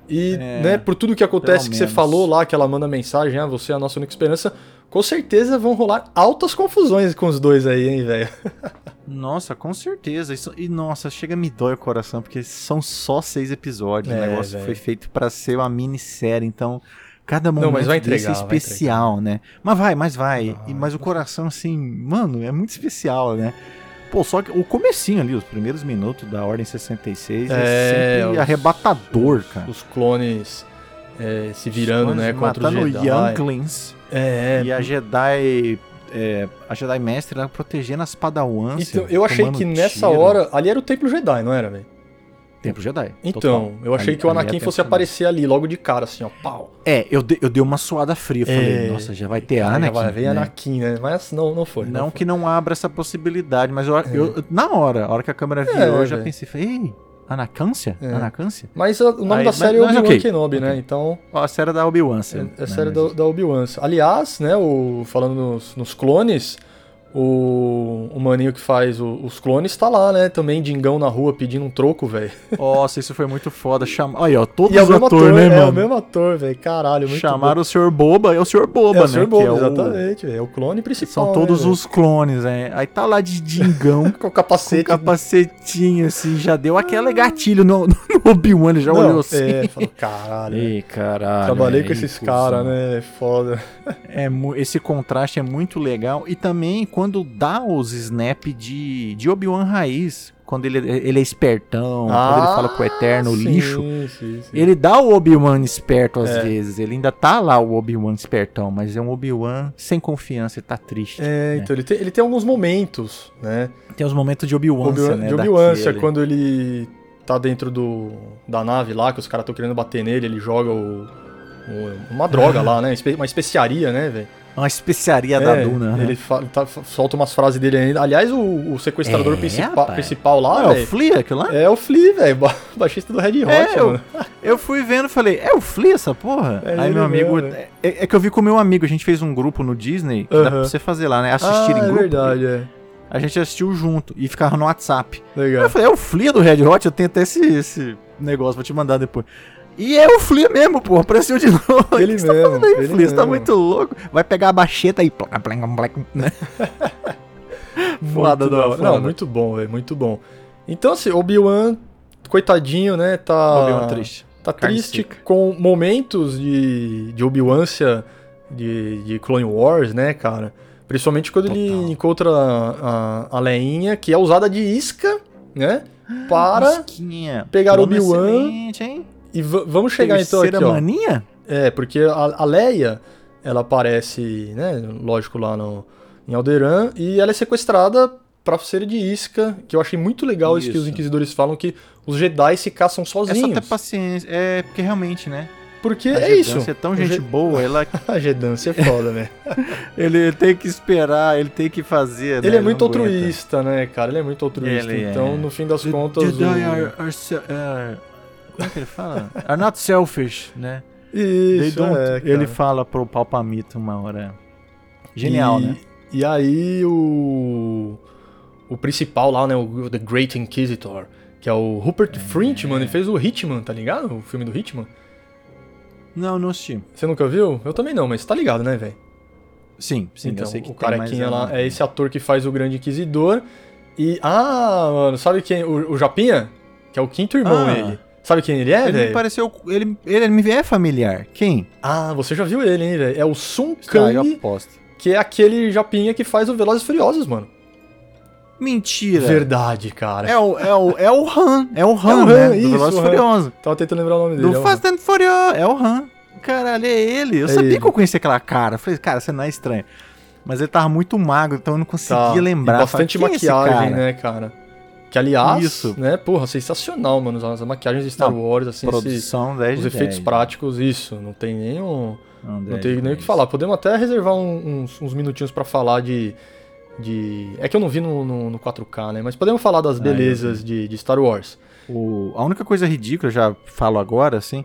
A: E,
B: É,
A: né, por tudo que acontece
B: pelo
A: que você
B: menos.
A: falou lá, que ela manda mensagem, ah, você é a nossa única esperança, com certeza vão rolar altas confusões com os dois aí, hein, velho?
B: Nossa, com certeza. Isso... E nossa, chega a me dói o coração, porque são só seis episódios.
A: É,
B: o negócio
A: velho.
B: foi feito pra ser uma minissérie, então cada
A: mas
B: momento
A: vai
B: desse é
A: entregar, vai
B: especial, né? Mas vai, mas vai.
A: Vai.
B: E, mas o coração, assim, mano, é muito especial, né? Pô, só que o comecinho ali, os primeiros minutos da Ordem 66 é,
A: É,
B: sempre
A: os-
B: arrebatador, cara.
A: Os clones é, se virando,
B: Mas
A: né, contra os
B: matando
A: Jedi.
B: Younglings
A: É,
B: e a Jedi... é, a Jedi Mestre ela protegendo as padawans.
A: então, eu achei
B: assim, tomando
A: que nessa
B: tiro.
A: hora, ali era o Templo Jedi, não era, velho?
B: Templo Jedi. total.
A: Então, eu achei
B: Ali-
A: que o
B: ali é
A: Anakin
B: Templo
A: fosse
B: Jedi.
A: aparecer ali logo de cara, assim, ó, pau.
B: É, eu, de- eu dei uma suada fria. Falei,
A: É.
B: nossa, já vai ter
A: Cara,
B: Anakin.
A: Vai ver
B: né?
A: Anakin, né? Mas não, não foi.
B: Não
A: foi. É.
B: que não abra essa possibilidade, mas eu, eu- na hora, a hora que a câmera virou, eu já
A: velho.
B: pensei, falei, ei, Anacância?
A: É.
B: Anacância?
A: Mas a- o nome
B: Aí,
A: da
B: mas-
A: série é
B: mas
A: Obi-Wan
B: ok,
A: Kenobi, né?
B: ok.
A: Então,
B: Ó, a série da Obi-Wan.
A: é,
B: assim,
A: é
B: né,
A: série
B: mas-
A: da, da Obi-Wan. Aliás, né, o, falando nos, nos clones, o, o maninho que faz o- os clones tá lá, né? Também dingão na rua pedindo um troco, velho.
B: Nossa, isso foi muito foda. Chama... Olha, ó, todos
A: E é o
B: os
A: mesmo
B: atores,
A: ator,
B: né,
A: é
B: mano?
A: o mesmo ator, velho. Caralho, muito
B: Chamaram o Sr. Boba, é o Sr.
A: bom.
B: Boba,
A: É
B: né?
A: o Sr. Boba,
B: que é o-
A: exatamente, velho. É o clone principal.
B: São
A: né,
B: todos
A: velho?
B: os clones, né? Aí tá lá de dingão,
A: Com o
B: com o
A: capacete.
B: capacetinho, assim, já deu aquele gatilho no, no Obi-Wan, ele já
A: Não,
B: olhou assim.
A: É, falou, caralho. velho.
B: Ei, caralho.
A: Trabalhei
B: é,
A: com esses
B: cuzão.
A: caras, né? É Foda.
B: É, mu- esse contraste é muito legal. E também quando dá os snap de, de Obi-Wan Raiz, quando ele, ele é espertão, quando ele fala com o Eterno
A: Ah, sim,
B: lixo.
A: sim, sim.
B: Ele dá o Obi-Wan esperto às
A: É.
B: vezes. Ele ainda tá lá o Obi-Wan espertão, mas é um Obi-Wan sem confiança e tá triste.
A: É,
B: né?
A: então, ele tem, ele tem alguns momentos, né?
B: Tem os momentos de Obi-Wan,
A: Obi-Wan-
B: né?
A: de Obi-Wan, é
B: daquele.
A: quando ele tá dentro do, da nave lá, que os caras estão querendo bater nele, ele joga o- o- uma droga lá, né? Espe- Uma especiaria, né, velho?
B: Uma especiaria
A: É,
B: da Duna. né?
A: Ele fa- tá- fa- solta umas frases dele ainda. Aliás, o, o sequestrador
B: É,
A: principal,
B: rapaz.
A: principal
B: Ah,
A: lá,
B: é o
A: velho,
B: Flea aquilo lá?
A: é o Flea, velho, ba- baixista do Red Hot,
B: É,
A: mano.
B: Eu fui vendo e falei, é o Flea essa porra?
A: É
B: Aí
A: ele
B: meu amigo.
A: mesmo,
B: É, é que eu vi com meu amigo, a gente fez um grupo no Disney, que dá pra
A: Aham.
B: você fazer lá, né? Assistir
A: ah,
B: em
A: é
B: grupo.
A: verdade, é.
B: A gente assistiu junto e ficava no WhatsApp. Aí
A: Legal.
B: eu falei, é o Flea do Red Hot? Eu tenho até esse, esse negócio, vou te mandar depois. E é o Flea mesmo, porra, apareceu de novo.
A: Ele
B: O que
A: mesmo,
B: Você tá falando aí,
A: ele
B: Flea? Você tá
A: mesmo.
B: muito louco. Vai pegar a baixeta e. plá, plá, plá, plá, né? Foda,
A: Muito
B: não,
A: da hora.
B: foda.
A: Não, muito bom, velho, muito bom. Então, assim, Obi-Wan, coitadinho, né, tá...
B: Obi-Wan triste.
A: Tá
B: Carne
A: triste
B: seca.
A: com momentos de, de obi-wância de, de Clone Wars, né, cara? Principalmente quando
B: Total.
A: ele encontra a, a, a leinha, que é usada de isca, né? Para.
B: Mosquinha.
A: pegar
B: Plano
A: Obi-Wan.
B: excelente, hein?
A: E va- vamos chegar então aqui,
B: Terceira
A: ó.
B: mania?
A: É, porque a, a Leia, ela aparece, né, lógico, lá no, em Alderan, e ela é sequestrada pra ser de isca, que eu achei muito legal isso, que os
B: Isso.
A: inquisidores falam, que os Jedi se caçam
B: É só
A: sozinhos.
B: ter paciência. É, porque realmente, né?
A: Porque
B: A
A: é
B: Gedança
A: isso.
B: é tão
A: O
B: gente
A: Je-
B: boa, ela,
A: A Gedância é foda, né?
B: ele tem que esperar, ele tem que fazer. né?
A: Ele é muito
B: não aguenta.
A: altruísta, né, cara? Ele é muito altruísta.
B: Ele é.
A: então, no fim das
B: The-
A: contas.
B: the die
A: o-
B: are- are se- are- como é que ele fala? are not selfish, né? They
A: Isso,
B: don't-
A: é, cara.
B: ele fala pro Palpamito uma hora. Genial,
A: E-
B: né?
A: E aí o. O principal lá, né? O The Great Inquisitor, que é o Rupert Friedman, ele fez o Hitman, tá ligado? O filme do Hitman.
B: Não, não assisti.
A: Você nunca viu? Eu também não, mas tá ligado, né, velho?
B: Sim, sim,
A: então,
B: eu sei que
A: o
B: tem, mas
A: carequinha
B: eu
A: lá
B: não-
A: é esse ator que faz o Grande Inquisidor. E. Ah, mano, sabe quem? O, o Japinha? Que é o quinto irmão,
B: Ah.
A: ele. Sabe quem ele é,
B: Ele me
A: velho?
B: pareceu. Ele, ele me é familiar. Quem?
A: Ah, você já viu ele, hein, velho? É o Sun
B: Ah, eu
A: Kang,
B: aposto.
A: que é aquele japinha que faz o Velozes e Furiosos, mano.
B: Mentira.
A: Verdade, cara.
B: É o, é, o, é o Han. É o Han,
A: É o
B: né?
A: Han,
B: Do
A: isso,
B: Velozes e
A: o Han.
B: Furiosos.
A: Tava tentando lembrar o nome dele.
B: Do
A: é o-
B: Fast and Furious. É o Han. Caralho, é ele. Eu
A: É
B: sabia
A: ele.
B: que eu conhecia aquela cara. Eu falei, cara, você não é estranho. Mas ele tava muito magro, então eu não conseguia
A: Tá. E
B: lembrar.
A: bastante
B: Falei, "Quem é esse
A: maquiagem,
B: cara?"
A: né, cara? Que aliás,
B: Isso.
A: né, porra, sensacional, mano. As maquiagens de Star
B: Não,
A: Wars, assim, esse-
B: Produção é 10
A: os
B: de
A: efeitos
B: 10.
A: práticos, isso. Não tem nenhum.
B: Não,
A: Não
B: 10
A: tem
B: de
A: nem o
B: 10.
A: que falar. Podemos até reservar um- uns, uns minutinhos pra falar de, de. É que eu não vi no, no- no 4K, né? Mas podemos falar das
B: Ah, eu
A: belezas de, de Star Wars.
B: O- a única coisa ridícula, eu já falo agora, assim,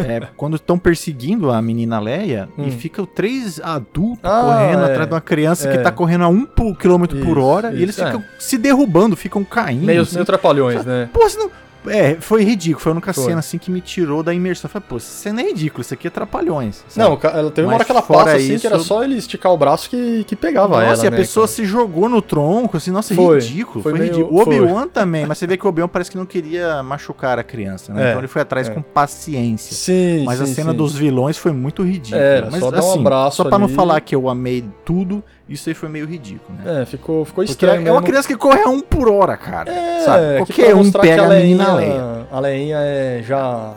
B: é quando estão perseguindo a menina Leia
A: Hum.
B: e ficam três adultos
A: Ah,
B: correndo
A: é.
B: atrás de uma criança
A: É.
B: que tá correndo a um po- quilômetro por
A: Isso,
B: hora
A: isso,
B: e eles
A: é.
B: ficam se derrubando, ficam caindo.
A: Meio,
B: assim.
A: meio trapalhões, né?
B: Pô, você não... É, foi ridículo, foi a única
A: Foi.
B: cena assim que me tirou da imersão. Eu falei, pô, essa cena é ridícula, isso aqui é trapalhões. sabe?
A: Não, ca- ela teve uma
B: Mas
A: hora que ela
B: fora
A: passa assim, que
B: isso-
A: era só ele esticar o braço que, que pegava
B: Nossa,
A: ela.
B: e a
A: né,
B: pessoa
A: cara?
B: se jogou no tronco, assim, nossa, é
A: Foi,
B: ridículo.
A: foi
B: Foi,
A: meio-
B: ridículo. O
A: foi.
B: Obi-Wan também, mas você vê que o Obi-Wan parece que não queria machucar a criança, né?
A: É,
B: então ele foi atrás
A: é.
B: com paciência.
A: Sim,
B: Mas a
A: sim,
B: cena
A: sim.
B: dos vilões foi muito ridícula.
A: Era,
B: mas assim,
A: só dar um abraço
B: Só pra não
A: ali.
B: falar que eu amei tudo, isso aí foi meio ridículo, né?
A: É, ficou, ficou
B: Porque
A: estranho.
B: é uma
A: mesmo.
B: criança que corre a um por hora, cara.
A: É,
B: sabe?
A: que pra
B: Qualquer um
A: mostrar que é
B: pega a
A: leinha-
B: menina Leia.
A: A leinha é já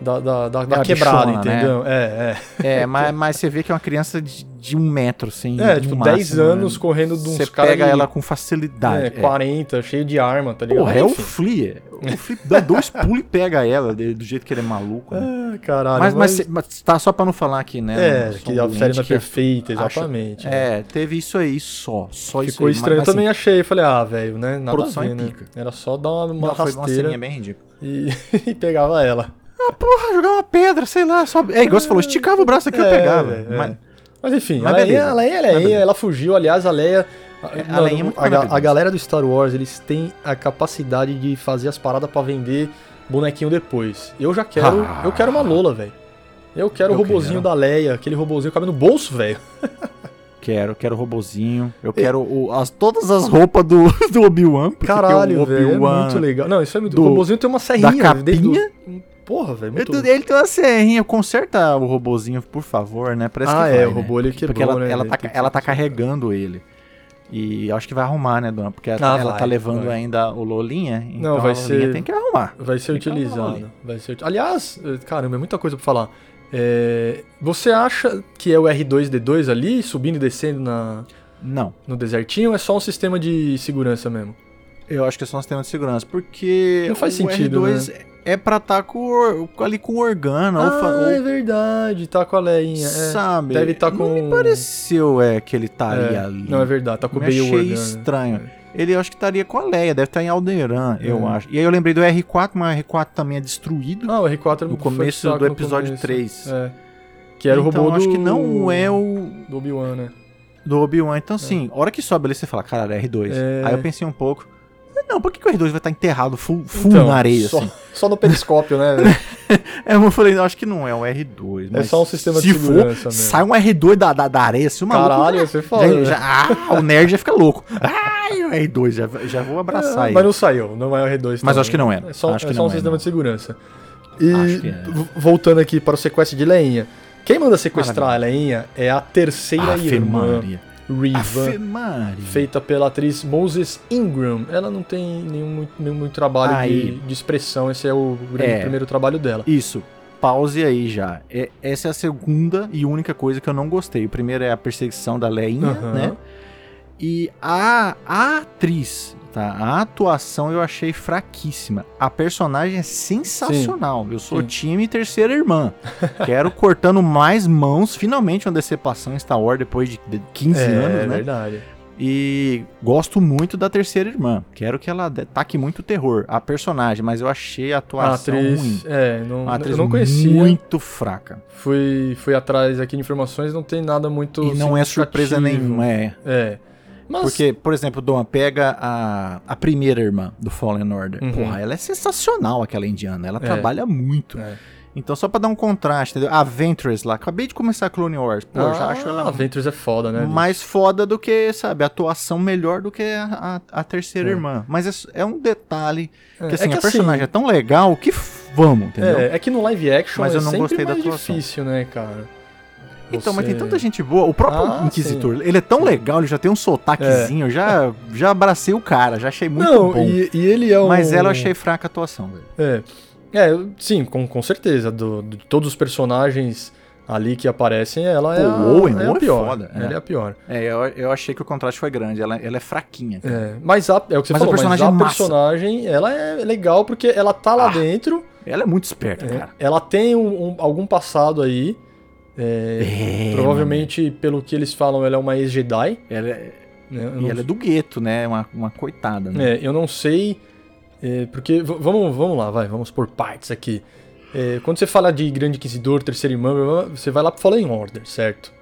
A: da, da, da, da
B: É a
A: quebrada,
B: bichona, né?
A: entendeu? É, é.
B: É, mas, mas você vê que é uma criança de, de um metro, assim.
A: É,
B: no
A: tipo,
B: máximo,
A: 10
B: né?
A: anos correndo de uns
B: Você
A: cara
B: pega
A: de-
B: ela com facilidade.
A: é, 40, cheio de arma, tá ligado?
B: Porra, é o
A: Enfim.
B: Flea. O Flea dá dois pulos e pega ela, de- do jeito que ele é maluco. Né?
A: É, caralho.
B: mas, mas, mas tá só pra não falar aqui, né?
A: É,
B: não,
A: que
B: sou
A: a
B: um
A: série não é
B: doente que-
A: perfeita,
B: acha-
A: exatamente. né?
B: É, teve isso aí só. Só isso
A: Ficou
B: aí.
A: estranho. Eu
B: mas, assim,
A: também achei, falei, ah, velho, né? Nada
B: Produção
A: a ver,
B: em
A: né?
B: pica.
A: Era só dar uma, uma
B: Não, foi uma
A: rasteira
B: ceninha bem ridícula.
A: e, e pegava ela.
B: Porra, jogar uma pedra, sei lá. Só... É, igual você falou, esticava o braço aqui e
A: É,
B: pegava.
A: é.
B: Mas-
A: Mas enfim,
B: Mas
A: a Leia,
B: beleza.
A: a Leia, é
B: Mas
A: Leia,
B: beleza.
A: ela fugiu. Aliás, a Leia.
B: É, a
A: mano,
B: Leia é muito
A: a, ga- a
B: maravilhosa.
A: galera do Star Wars, eles têm a capacidade de fazer as paradas pra vender bonequinho depois. Eu já quero.
B: Ah.
A: Eu quero uma Lola, velho. Eu quero o
B: Eu
A: robozinho
B: quero.
A: da Leia, aquele robozinho que cabe no bolso, velho.
B: Quero, quero o robozinho.
A: É.
B: Eu quero o- as, todas as roupas do, do Obi-Wan. porque tem o
A: Caralho, velho. É
B: Obi-Wan
A: muito legal. Não, isso é muito.
B: do-
A: o robozinho tem uma serrinha. velho, desde o-
B: capinha?
A: Porra, velho.
B: Ele,
A: Muito...
B: tem- ele tem uma serrinha, conserta o robozinho, por favor, né? Parece
A: Ah,
B: que
A: é,
B: vai,
A: o robô, ele
B: Porque-
A: quebrou,
B: porque ela,
A: né?
B: Ela
A: Ele
B: tá,
A: tem que
B: ela tá
A: consertar.
B: carregando ele. E eu acho que vai arrumar, né, dona? Porque ela,
A: Ah,
B: ela
A: vai,
B: tá levando
A: vai.
B: ainda o Lolinha. Então
A: vai
B: a Lolinha
A: ser-
B: tem que arrumar.
A: Vai ser
B: Tem que um arrumar
A: utilizado.
B: ali.
A: Vai ser... uti- Aliás, eh, caramba, é muita coisa pra falar. É, Você acha que é o R2D2 ali, subindo e descendo na...
B: Não.
A: no desertinho, ou é só um sistema de segurança mesmo?
B: Eu acho que é só um sistema de segurança. Porque.
A: Não faz
B: o
A: sentido, né?
B: R2 é pra tá com, o- ali com o organo. ou fa-
A: ah,
B: ou-
A: é verdade, tá com a leinha. É.
B: sabe?
A: deve tá
B: Não
A: com-
B: me pareceu é, que ele estaria
A: É,
B: ali.
A: Não, é verdade, tá com o
B: Me
A: Bale
B: achei
A: Organa.
B: estranho. Ele eu acho que estaria com a Leia, deve estar em Alderan, eu
A: É.
B: acho. E aí eu lembrei do R4, mas o R4 também é destruído
A: Ah, o R4
B: no
A: foi
B: começo
A: fraco
B: do
A: no
B: episódio
A: começo.
B: 3.
A: É. Que era o
B: então,
A: robô do...
B: acho que não é o
A: Do Obi-Wan, né?
B: do Obi-Wan. Então, assim, a hora que sobe ali, você fala, cara, R2.
A: É.
B: Aí eu pensei um pouco, não, por que, que o R2 vai estar enterrado full, full
A: Então,
B: na areia,
A: só,
B: assim?
A: só no periscópio, né? velho?
B: É, eu falei, não, acho que não é o
A: é
B: R2. mas
A: só um sistema
B: se
A: de
B: for,
A: segurança mesmo.
B: Sai um R2 da, da, da areia, assim, o maluco
A: Caralho, você fala.
B: já-
A: né?
B: já- ah, o nerd já fica louco. Ai, o R2, já, já vou abraçar
A: É,
B: ele.
A: Mas não saiu, não é o R2.
B: Mas
A: também.
B: acho que não era.
A: É só,
B: Acho
A: é
B: que
A: só um
B: não
A: sistema
B: era.
A: de segurança. E
B: Acho que é.
A: v- voltando aqui para o sequestro de Leinha. Quem manda sequestrar a Leinha é a terceira irmã,
B: Maria. Ave
A: Riva,
B: Maria.
A: feita pela atriz Moses Ingram. Ela não tem nenhum, muito- nenhum muito trabalho de,
B: Aí.
A: de expressão, esse é o grande
B: É.
A: primeiro trabalho dela.
B: Isso. Pause aí já. É- essa é a segunda e única coisa que eu não gostei. O primeiro é a perseguição da Leinha,
A: Aham.
B: né? E a, a atriz, tá? A atuação eu achei fraquíssima. A personagem é sensacional. Eu sou
A: Sim.
B: time terceira irmã. Quero cortando mais mãos. Finalmente uma decepção em Star Wars depois de de 15
A: é,
B: anos, né?
A: verdade.
B: E gosto muito da terceira irmã. Quero que ela ataque muito terror, a personagem, mas eu achei a
A: A
B: atuação ruim.
A: atriz, é, não,
B: A atriz
A: eu não conhecia.
B: muito fraca.
A: Fui, fui atrás aqui de informações, não tem nada muito
B: E não é surpresa
A: significativo.
B: nenhuma, é.
A: É. Mas
B: Porque, por exemplo, Dom, pega a, a primeira irmã do Fallen Order.
A: Uhum.
B: Porra, ela é sensacional, aquela indiana. Ela
A: É.
B: trabalha muito.
A: É.
B: Então, só pra dar um contraste, entendeu? A Ventress lá, acabei de começar Clone Wars. Pô, eu já acho
A: A
B: ela
A: Ventures é foda, né? bicho?
B: mais foda do que, sabe, a atuação melhor do que a, a- a terceira
A: É.
B: irmã. Mas é, s- é um detalhe
A: É,
B: que, assim,
A: é que
B: a personagem é tão legal que f- vamos,
A: assim,
B: entendeu?
A: é, é que no live action
B: Mas
A: é
B: eu não
A: sempre
B: gostei da
A: mais
B: atuação.
A: difícil, né, cara?
B: Então, mas tem
A: Você-
B: tanta gente boa. O próprio
A: Ah, É.
B: Inquisitor, ele é tão legal, ele já tem um sotaquezinho. Eu já, já abracei o cara, já achei muito
A: Não,
B: bom.
A: e, e ele é um...
B: Mas ela eu achei fraca a atuação, velho.
A: É, é sim, com, com certeza. do- de todos os personagens, ali que aparecem, ela
B: Pô,
A: é, a,
B: o Owen,
A: é
B: o
A: a
B: Owen
A: pior.
B: é foda, é.
A: Ela é a pior.
B: É, eu, eu achei que o contraste foi grande. Ela, ela é fraquinha. cara.
A: É, mas a, é o que você
B: Mas a
A: falou,
B: personagem é
A: mas a
B: massa.
A: personagem, ela é legal porque ela tá lá
B: Ah,
A: dentro,
B: Ela é muito esperta,
A: é,
B: cara.
A: ela tem um- um- algum passado aí, é,
B: É,
A: provavelmente pelo que eles falam, ela é uma ex-Jedi.
B: mano. Ela é-
A: né? Eu
B: e
A: não
B: ela é do gueto, né? Uma, uma coitada, né?
A: É, eu não sei. é, porque. v- Vamos, vamos lá, vai, vamos por partes aqui. É, quando você fala de grande inquisidor, terceiro imã, blá, blá, blá, você vai lá pro Fallen Order, certo?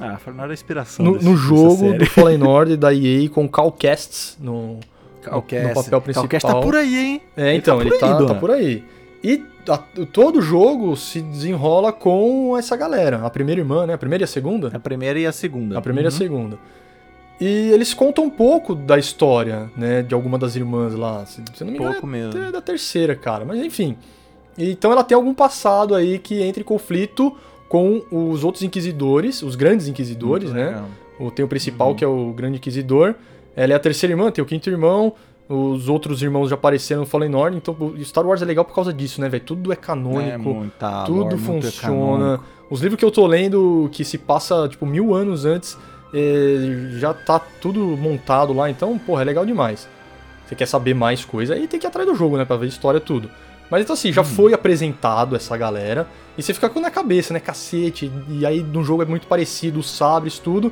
B: Ah, foi a maior inspiração.
A: No,
B: desse-
A: no
B: dessa
A: jogo
B: série.
A: do Fallen Order da EA com Cal Casts no.
B: Calcast.
A: no papel
B: Calcast tá
A: principal.
B: por aí, hein?
A: É,
B: Ele
A: então,
B: tá por
A: ele
B: aí,
A: tá,
B: dona.
A: tá por aí. E a- todo jogo se desenrola com essa galera. A primeira irmã, né? A primeira e a segunda?
B: A primeira e a segunda.
A: A primeira e
B: Uhum.
A: a segunda. E eles contam um pouco da história, né? De alguma das irmãs lá. Se, se eu não me engano,
B: Pouco mesmo.
A: até É da terceira, cara. Mas enfim. Então ela tem algum passado aí que entra em conflito com os outros inquisidores, os grandes inquisidores,
B: Muito
A: né?
B: legal. Uhum.
A: O, tem o principal, que é o grande inquisidor. Ela é a terceira irmã, tem o quinto irmão. Os outros irmãos já apareceram no Fallen Order. Então o Star Wars é legal por causa disso, né, velho? Tudo é
B: É,
A: canônico.
B: muita
A: Tudo
B: lore, muito
A: funciona. Os livros que eu tô lendo, que se passa, tipo, mil anos antes, eh, já tá tudo montado lá, então, porra, é legal demais. Você quer saber mais coisa, aí tem que ir atrás do jogo, né, pra ver história tudo. Mas então
B: Hum.
A: assim, já foi apresentado essa galera, e você fica com na cabeça, né, cacete, e aí no jogo é muito parecido, os sabres, tudo,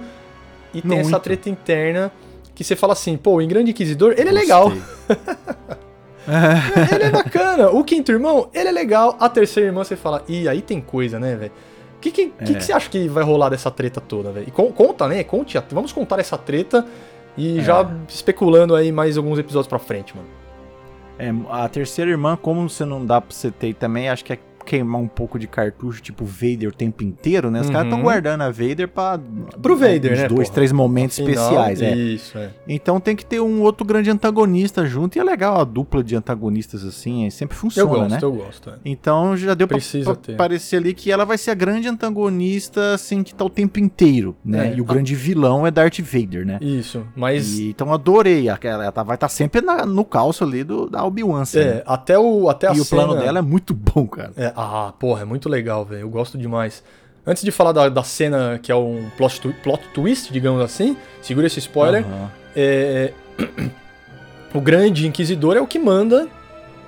A: e tem essa
B: Muito.
A: treta interna que você fala assim, pô, em Grande Inquisidor, ele é
B: Gostei.
A: legal.
B: É.
A: Ele é bacana. O quinto irmão, ele é legal. A terceira irmã, você fala, ih, aí tem coisa, né, velho? O que, que, que
B: É.
A: que você acha que vai rolar dessa treta toda, velho? E con- Conta, né? Conte, a- vamos contar essa treta e
B: É.
A: já especulando aí mais alguns episódios pra frente, mano.
B: É, a terceira irmã, como você não dá pra você ter também, acho que é queimar um pouco de cartucho, tipo Vader o tempo inteiro, né? Os caras
A: Uhum.
B: estão guardando a Vader pra...
A: Pro Vader,
B: uns
A: né,
B: dois,
A: porra?
B: três momentos especiais,
A: Final,
B: é.
A: Isso, é.
B: Então tem que ter um outro grande antagonista junto, e é legal a dupla de antagonistas assim, aí sempre
A: Eu
B: funciona,
A: gosto,
B: né?
A: eu gosto. é.
B: Então já deu pra,
A: Precisa
B: pra
A: ter.
B: parecer ali que ela vai ser a grande antagonista, assim, que tá o tempo inteiro, né?
A: É.
B: E o
A: Ah.
B: grande vilão é Darth Vader, né?
A: Isso, mas...
B: E, então adorei, aquela- ela tá- vai estar sempre na- no calço ali do, da Obi-Wan, assim, né?
A: É, até o, até a
B: E o
A: cena-
B: plano dela é muito bom, cara.
A: É, ah, porra, é muito legal, velho. Eu gosto demais. Antes de falar da, da cena que é um plot, twi- plot twist, digamos assim, segura esse spoiler.
B: Aham.
A: é, o grande inquisidor é o que manda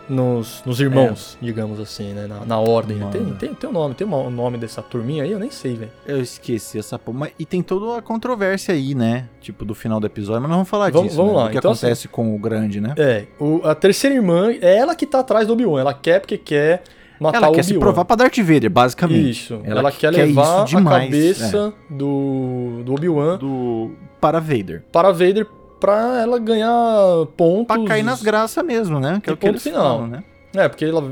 A: nos, nos irmãos, digamos assim, né? Na, na ordem. né? Tem,
B: É. Manda.
A: tem, tem um nome, tem uma- um nome dessa turminha aí, eu nem sei, velho.
B: Eu esqueci essa porra. Mas- E tem toda a controvérsia aí, né? Tipo, do final do episódio, mas não vamos falar
A: Vamos-
B: disso.
A: vamos
B: né?
A: lá,
B: O que
A: então,
B: acontece com o grande, né?
A: É, o- a terceira irmã é ela que tá atrás do Obi-Wan. Ela quer porque quer matar
B: Ela
A: o tá
B: quer
A: Obi-Wan.
B: se provar pra Darth Vader, basicamente.
A: Isso. Ela,
B: Ela
A: quer
B: quer isso
A: levar a
B: demais, é.
A: cabeça do, do Obi-Wan
B: Do... Para Vader.
A: para Vader pra ela ganhar pontos.
B: Pra cair nas graças mesmo, né? Que
A: E
B: é o que
A: ponto
B: eles
A: final.
B: falam, né?
A: É, porque ela,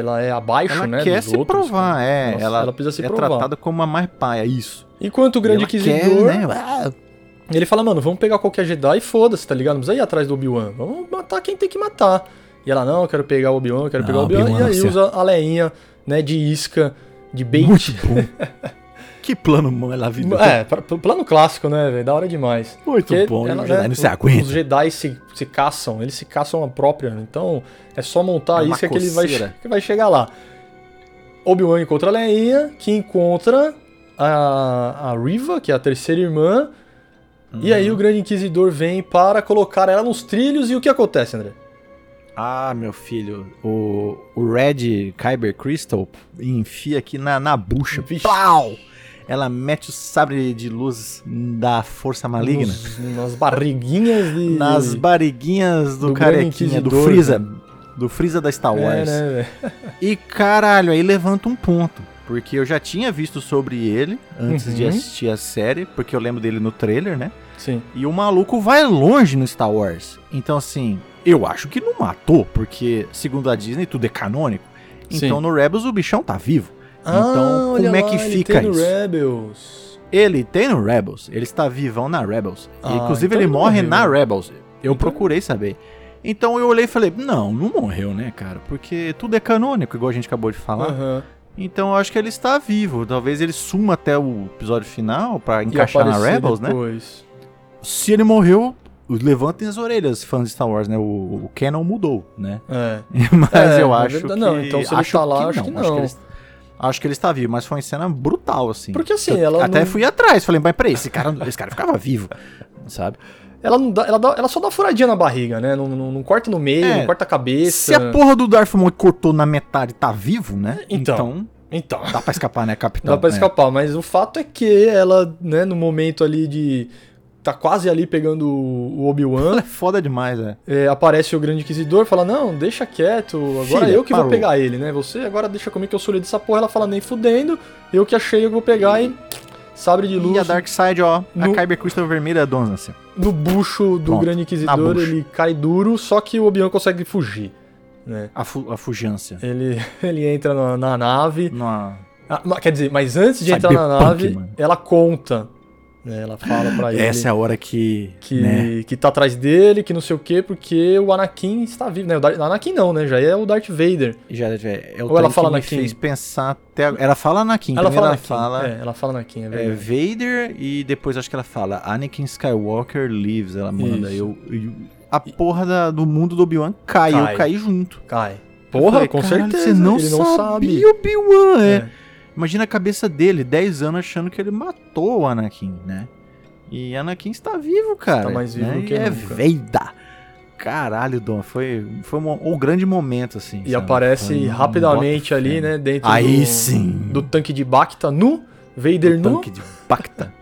A: ela é abaixo,
B: Ela
A: né?
B: quer
A: dos
B: se
A: outros,
B: provar,
A: cara.
B: é.
A: Nossa,
B: ela
A: ela precisa se
B: é
A: provar.
B: tratada como a mais paia, é isso.
A: Enquanto o grande
B: Ela
A: inquisidor.
B: Quer, né? Ah,
A: E Ele fala, mano, vamos pegar qualquer Jedi e foda-se, tá ligado? Não precisa ir atrás do Obi-Wan. Vamos matar quem tem que matar. E ela, não, eu quero pegar o Obi-Wan, eu quero
B: Não,
A: pegar o Obi-Wan.
B: Obi-Wan
A: e
B: não,
A: aí
B: você-
A: usa a leinha, né, de isca, de bait.
B: Muito bom. que plano maravilhoso.
A: é, pra- pro plano clássico, né, velho? Da hora demais.
B: Muito bom.
A: ela,
B: né? Jedi
A: né,
B: não se
A: os
B: aguenta.
A: Jedi se, se caçam, eles se caçam a própria. Então é só montar
B: É
A: a
B: uma
A: isca que ele vai,
B: coceira.
A: que vai chegar lá. Obi-Wan encontra a leinha, que encontra a, a Riva, que é a terceira irmã. E
B: Uhum.
A: aí o grande inquisidor vem para colocar ela nos trilhos e o que acontece, André?
B: Ah, meu filho, o, o Red Kyber Crystal enfia aqui na, na bucha.
A: Vixe.
B: Pau! Ela mete o sabre de luz da força maligna
A: Nos- nas barriguinhas de. É,
B: nas barriguinhas do,
A: do grande
B: carequinha, do
A: inquisidor, né?
B: Freeza, do Freeza da Star
A: É,
B: Wars.
A: né, velho?
B: E caralho, aí levanta um ponto. Porque eu já tinha visto sobre ele antes de
A: Uhum.
B: assistir a série, porque eu lembro dele no trailer, né?
A: Sim.
B: E o maluco vai longe no Star Wars. Então, assim, eu acho que não matou, porque, segundo a Disney, tudo é canônico.
A: Sim.
B: Então, no Rebels, o bichão tá vivo. Então,
A: Ah,
B: como
A: olha
B: é que
A: lá, ele
B: fica
A: tem no
B: isso?
A: Rebels.
B: Ele tem no Rebels, ele está vivão na Rebels. E,
A: Ah,
B: inclusive,
A: então
B: ele
A: não
B: morre
A: morreu.
B: na Rebels. Eu
A: Então-
B: procurei saber. Então, eu olhei e falei, não, não morreu, né, cara? Porque tudo é canônico, igual a gente acabou de falar.
A: Aham.
B: Então, eu acho que ele está vivo. Talvez ele suma até o episódio final pra
A: E
B: encaixar na
A: aparecer
B: Rebels, né?
A: depois.
B: Se ele morreu, levantem as orelhas, fãs de Star Wars, né? O, o canon mudou, né?
A: né? É.
B: Mas
A: É,
B: eu
A: na
B: acho
A: verdade,
B: que...
A: não, então se ele tá lá, acho que não.
B: eles- Acho que ele está vivo, mas foi uma cena brutal, assim.
A: Porque assim,
B: Eu
A: ela
B: Até
A: não-
B: fui atrás, falei, mas peraí, esse cara, esse cara ficava vivo, sabe?
A: Ela, não dá, ela, dá- ela só dá furadinha na barriga, né? Não, não- não corta no meio,
B: É.
A: não corta a cabeça.
B: Se a porra do Darth Maul cortou na metade e tá vivo, né?
A: Então. Então.
B: dá pra escapar, né, capitão?
A: Dá pra
B: É.
A: escapar, mas o fato é que ela, né, no momento ali de. tá quase ali pegando o o Obi-Wan,
B: É foda demais, é.
A: é, aparece o grande inquisidor e fala: Não, deixa quieto, agora
B: Filha,
A: eu que
B: parou.
A: vou pegar ele, né? Você agora deixa comigo que eu sou líder dessa porra. Ela fala: Nem fudendo, eu que achei, eu vou pegar e. Sabre de luz
B: E a Dark Side, ó, a
A: No-
B: Kyber Crystal Vermelha é Donance.
A: no bucho do
B: Pronto,
A: grande
B: na
A: inquisidor,
B: bucha.
A: ele cai duro, só que o Obi-Wan consegue fugir, né?
B: A, fu a fugância.
A: Ele, ele entra na, na nave.
B: Numa-
A: Ah, ma- quer dizer, mas antes de entrar na
B: Cyberpunk,
A: nave,
B: mano.
A: ela conta. né? Ela fala pra ele.
B: Essa é a hora que.
A: que,
B: né?
A: que tá atrás dele, que não sei o quê, porque o Anakin está vivo, né? O Dar- Anakin não, né? Já é o Darth Vader.
B: Já, é, é o
A: Ou ela
B: trem
A: fala
B: que me
A: Anakin?
B: fez pensar até agora. Ela fala Anakin.
A: Ela
B: primeiro
A: fala,
B: ela
A: Anakin.
B: fala
A: É, ela fala Anakin, é
B: é,
A: verdade.
B: Vader e depois acho que ela fala Anakin Skywalker lives. Ela manda.
A: Isso.
B: Eu, eu- a porra da- do mundo do Obi-Wan cai,
A: Cai.
B: Eu caí junto.
A: Cai.
B: Eu
A: Porra,
B: falei,
A: com
B: "Caralho,
A: certeza.
B: Você não
A: ele não sabe.
B: sabia Obi-Wan. é.
A: É.
B: Imagina a cabeça dele, 10 anos, achando que ele matou o Anakin, né? E Anakin está vivo, cara.
A: Está mais vivo
B: né?
A: do que
B: E é
A: nunca.
B: veida. Caralho, Dom, foi, foi um, um grande momento, assim.
A: E aparece rapidamente ali, né? Dentro
B: Aí
A: do,
B: sim.
A: do tanque de Bacta nu, Vader
B: Do
A: nu.
B: tanque de Bacta.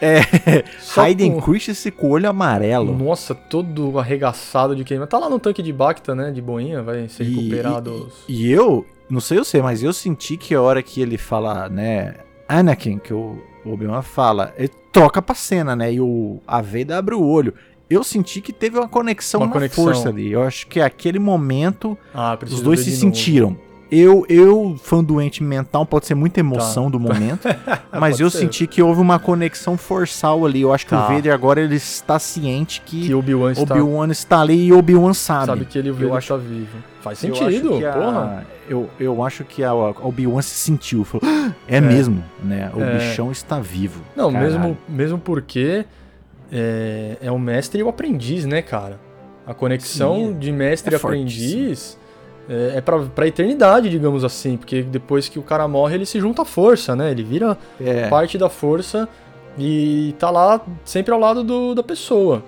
B: é,
A: só
B: Hayden
A: com-
B: Christensen com o olho amarelo.
A: Nossa, todo arregaçado de queima. Tá lá no tanque de Bacta, né? De boinha, vai se
B: E-
A: recuperar
B: e-
A: dos.
B: E eu, não sei eu sei, mas eu senti que a hora que ele fala, né, Anakin, que o Obi-Wan fala, ele troca pra cena, né, e o a Vader abre o olho. Eu senti que teve uma conexão,
A: Uma
B: uma,
A: conexão.
B: força ali. Eu acho que aquele momento
A: Ah, preciso
B: os dois
A: ver
B: se
A: de novo.
B: sentiram. Eu, eu, fã doente mental, pode ser muita emoção do momento, mas
A: Tá. Pode
B: eu
A: ser.
B: senti que houve uma conexão forçal ali. Eu acho que
A: Tá.
B: o Vader agora ele está ciente que,
A: Que Obi-Wan está.
B: Obi-Wan está ali e Obi-Wan
A: sabe,
B: sabe.
A: que ele Vader
B: acho-
A: tá vivo. Faz
B: Eu
A: sentido,
B: acho que a-
A: porra.
B: Eu, eu acho que a, a Obi-Wan se sentiu. Falou, "Ah, é, mesmo, né? O
A: É.
B: bichão está vivo.
A: Não,
B: Caralho.
A: mesmo, mesmo porque é, é o mestre e o aprendiz, né, cara? A conexão
B: Sim,
A: de mestre e
B: é
A: aprendiz é, é pra, pra eternidade, digamos assim. Porque depois que o cara morre, ele se junta à força, né? Ele vira
B: É.
A: parte da força e tá lá sempre ao lado do- da pessoa.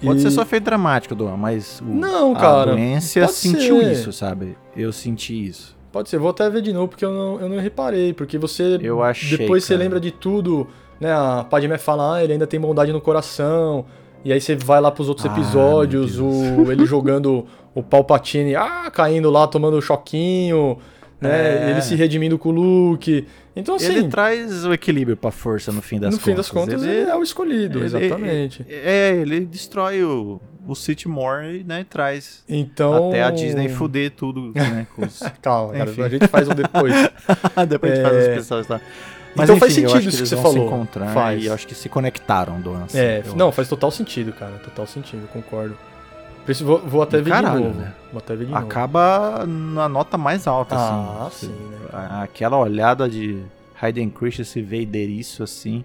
B: Pode
A: E-
B: ser só feito dramático, Dom, mas o,
A: Não,
B: a
A: cara,
B: doença
A: pode
B: sentiu
A: ser.
B: isso, sabe? Eu senti isso.
A: Pode ser, vou até ver de novo porque eu não, eu não reparei. Porque você.
B: Eu achei,
A: Depois você
B: cara.
A: lembra de tudo, né? A Padmé fala, ah, ele ainda tem bondade no coração. E aí você vai lá pros outros
B: Ah,
A: episódios,
B: meu
A: o, ele jogando o Palpatine, ah, caindo lá, tomando choquinho, né?
B: É.
A: Ele se redimindo com o Luke. Então, assim,
B: ele traz o equilíbrio pra força no fim das
A: no
B: contas.
A: fim das contas, ele, é o escolhido,
B: ele-
A: exatamente.
B: É, ele destrói o, o City More né, e traz.
A: Então.
B: Até a Disney fuder tudo, né? Com os...
A: Calma, cara,
B: Enfim.
A: a gente faz um depois. Ah,
B: Depois a gente faz as pessoas lá.
A: Então faz sentido
B: É. eu acho
A: isso que
B: eles
A: você
B: vão
A: falou.
B: Se encontrar
A: Faz.
B: E eu acho que se conectaram, Dona. assim,
A: É,
B: eu
A: não,
B: acho.
A: faz total sentido, cara. Total sentido, eu concordo. Por isso, vou, vou até ver
B: Caralho,
A: de novo.
B: né?
A: Vou até ver de novo.
B: Acaba na nota mais alta,
A: Ah,
B: assim.
A: sim, né?
B: A- Aquela olhada de Hayden Christensen Vader isso, assim.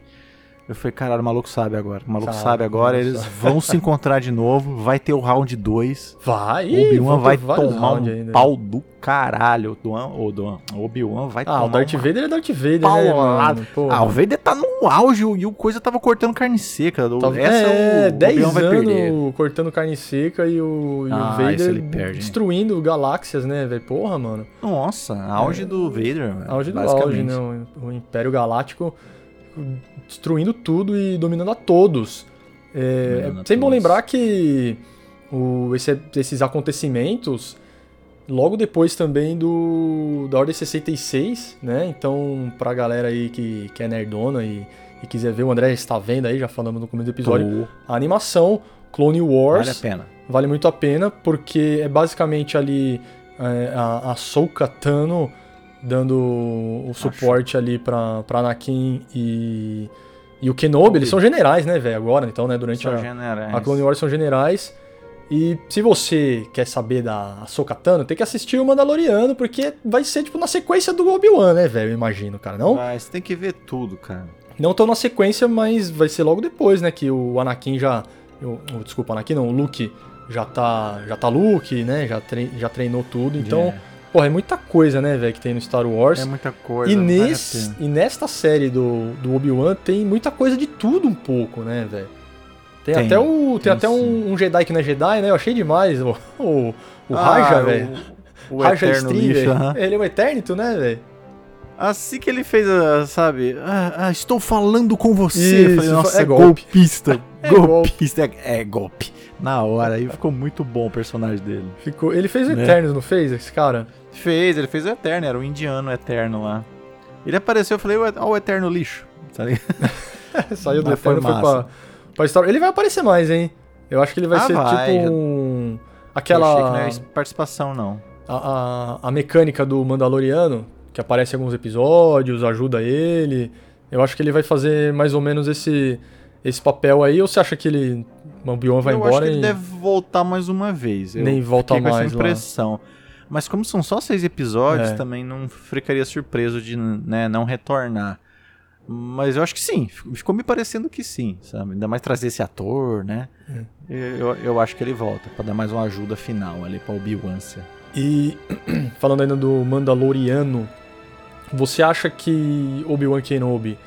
B: Eu falei, caralho, o maluco sabe agora. O maluco
A: Sabe,
B: sabe, agora,
A: o maluco
B: eles vão se encontrar de novo. Vai ter o round 2.
A: Vai,
B: O Obi-Wan
A: vão ter
B: vai
A: vários né?
B: tomar
A: round
B: um
A: ainda.
B: pau do caralho. Duan, ô, Duan, o Obi-Wan vai
A: Ah,
B: tomar
A: o Darth
B: uma
A: Vader é Darth Vader, né,
B: paulada.
A: mano? Pô.
B: Ah, o Vader tá no auge e o coisa tava cortando carne seca. O-
A: Tá-
B: Essa
A: é,
B: o
A: 10
B: Obi-Wan vai perder.
A: anos cortando carne seca e o, e o
B: Ah, esse
A: Vader
B: ele perde, hein?
A: destruindo galáxias, né, velho? Porra, mano.
B: Nossa, auge do Vader. velho,
A: Auge do
B: É, basicamente.
A: auge, né? O o Império Galáctico destruindo tudo e dominando a todos. É,
B: Dominando a
A: é sempre bom
B: todos.
A: lembrar que o- esse- esses acontecimentos, logo depois também do da Ordem 66, né? Então, pra galera aí que, que é nerdona e, e quiser ver, o André já está vendo aí, já falamos no começo do episódio,
B: Tô-
A: a animação Clone Wars
B: Vale a pena.
A: vale muito a pena, porque é basicamente ali é, a, a Souka Tano dando o suporte ali pra, pra Anakin e, e o Kenobi. Eles são generais, né, velho, agora, então, né, durante
B: São
A: a,
B: generais.
A: a Clone Wars são generais. E se você quer saber da Ahsoka Tano, tem que assistir o Mandaloriano, porque vai ser, tipo, na sequência do Obi-Wan, né, velho, eu imagino, cara, não?
B: Mas tem que ver tudo, cara.
A: Não tão na sequência, mas vai ser logo depois, né? Que o Anakin já. o- o- desculpa, Anakin não, o Luke já tá, já tá Luke, né? Já, trei- já treinou tudo. Então
B: É.
A: Porra, é muita coisa, né, velho, que tem no Star Wars.
B: É muita coisa.
A: E,
B: vale a
A: nesse,
B: pena.
A: e nesta série do, do Obi-Wan tem muita coisa de tudo um pouco, né, velho? Tem,
B: Tem,
A: até, o, tem
B: tem
A: até um, um Jedi que não é Jedi, né? Eu achei demais o, o, o
B: Ah,
A: Raja, velho.
B: O, o
A: Raja
B: eterno
A: Stream,
B: lixo. aham.
A: velho. Ele é um Eternito, né, velho?
B: Assim que ele fez, a, sabe? "Ah, ah, estou falando com você.
A: Isso,
B: Falei, Nossa,
A: é golpe."
B: golpista.
A: É
B: golpista. É, é golpe. Na hora, aí ficou muito bom o personagem dele.
A: Ficou, ele fez o
B: Né?
A: Eternos, não fez, esse cara?
B: Fez, ele fez o Eterno, era o indiano Eterno lá. Ele apareceu, eu falei, "Ué, ó o Eterno lixo. tá ligado?
A: É, Saiu do
B: Mas foi
A: Eterno e foi
B: massa.
A: pra, pra Star Ele vai aparecer mais, hein? Eu acho que ele vai
B: Ah,
A: ser
B: vai.
A: tipo um...
B: Eu
A: Aquela...
B: achei que não era es- participação, não.
A: a, a, a mecânica do Mandaloriano, que aparece em alguns episódios, ajuda ele. Eu acho que ele vai fazer mais ou menos esse, esse papel aí. Ou você acha que ele. o Obi-Wan vai
B: eu acho
A: embora
B: que ele
A: e
B: deve voltar mais uma vez. Eu
A: nem volta
B: fiquei com
A: mais
B: essa
A: lá?
B: impressão. Mas como são só seis episódios,
A: É.
B: também não ficaria surpreso de né, não retornar. Mas eu acho que sim, fico- ficou me parecendo que sim, sabe? Ainda mais trazer esse ator, né?
A: Hum.
B: Eu, eu acho que ele volta, pra dar mais uma ajuda final ali pra Obi-Wan. se-
A: E falando ainda do Mandaloriano, você acha que Obi-Wan Kenobi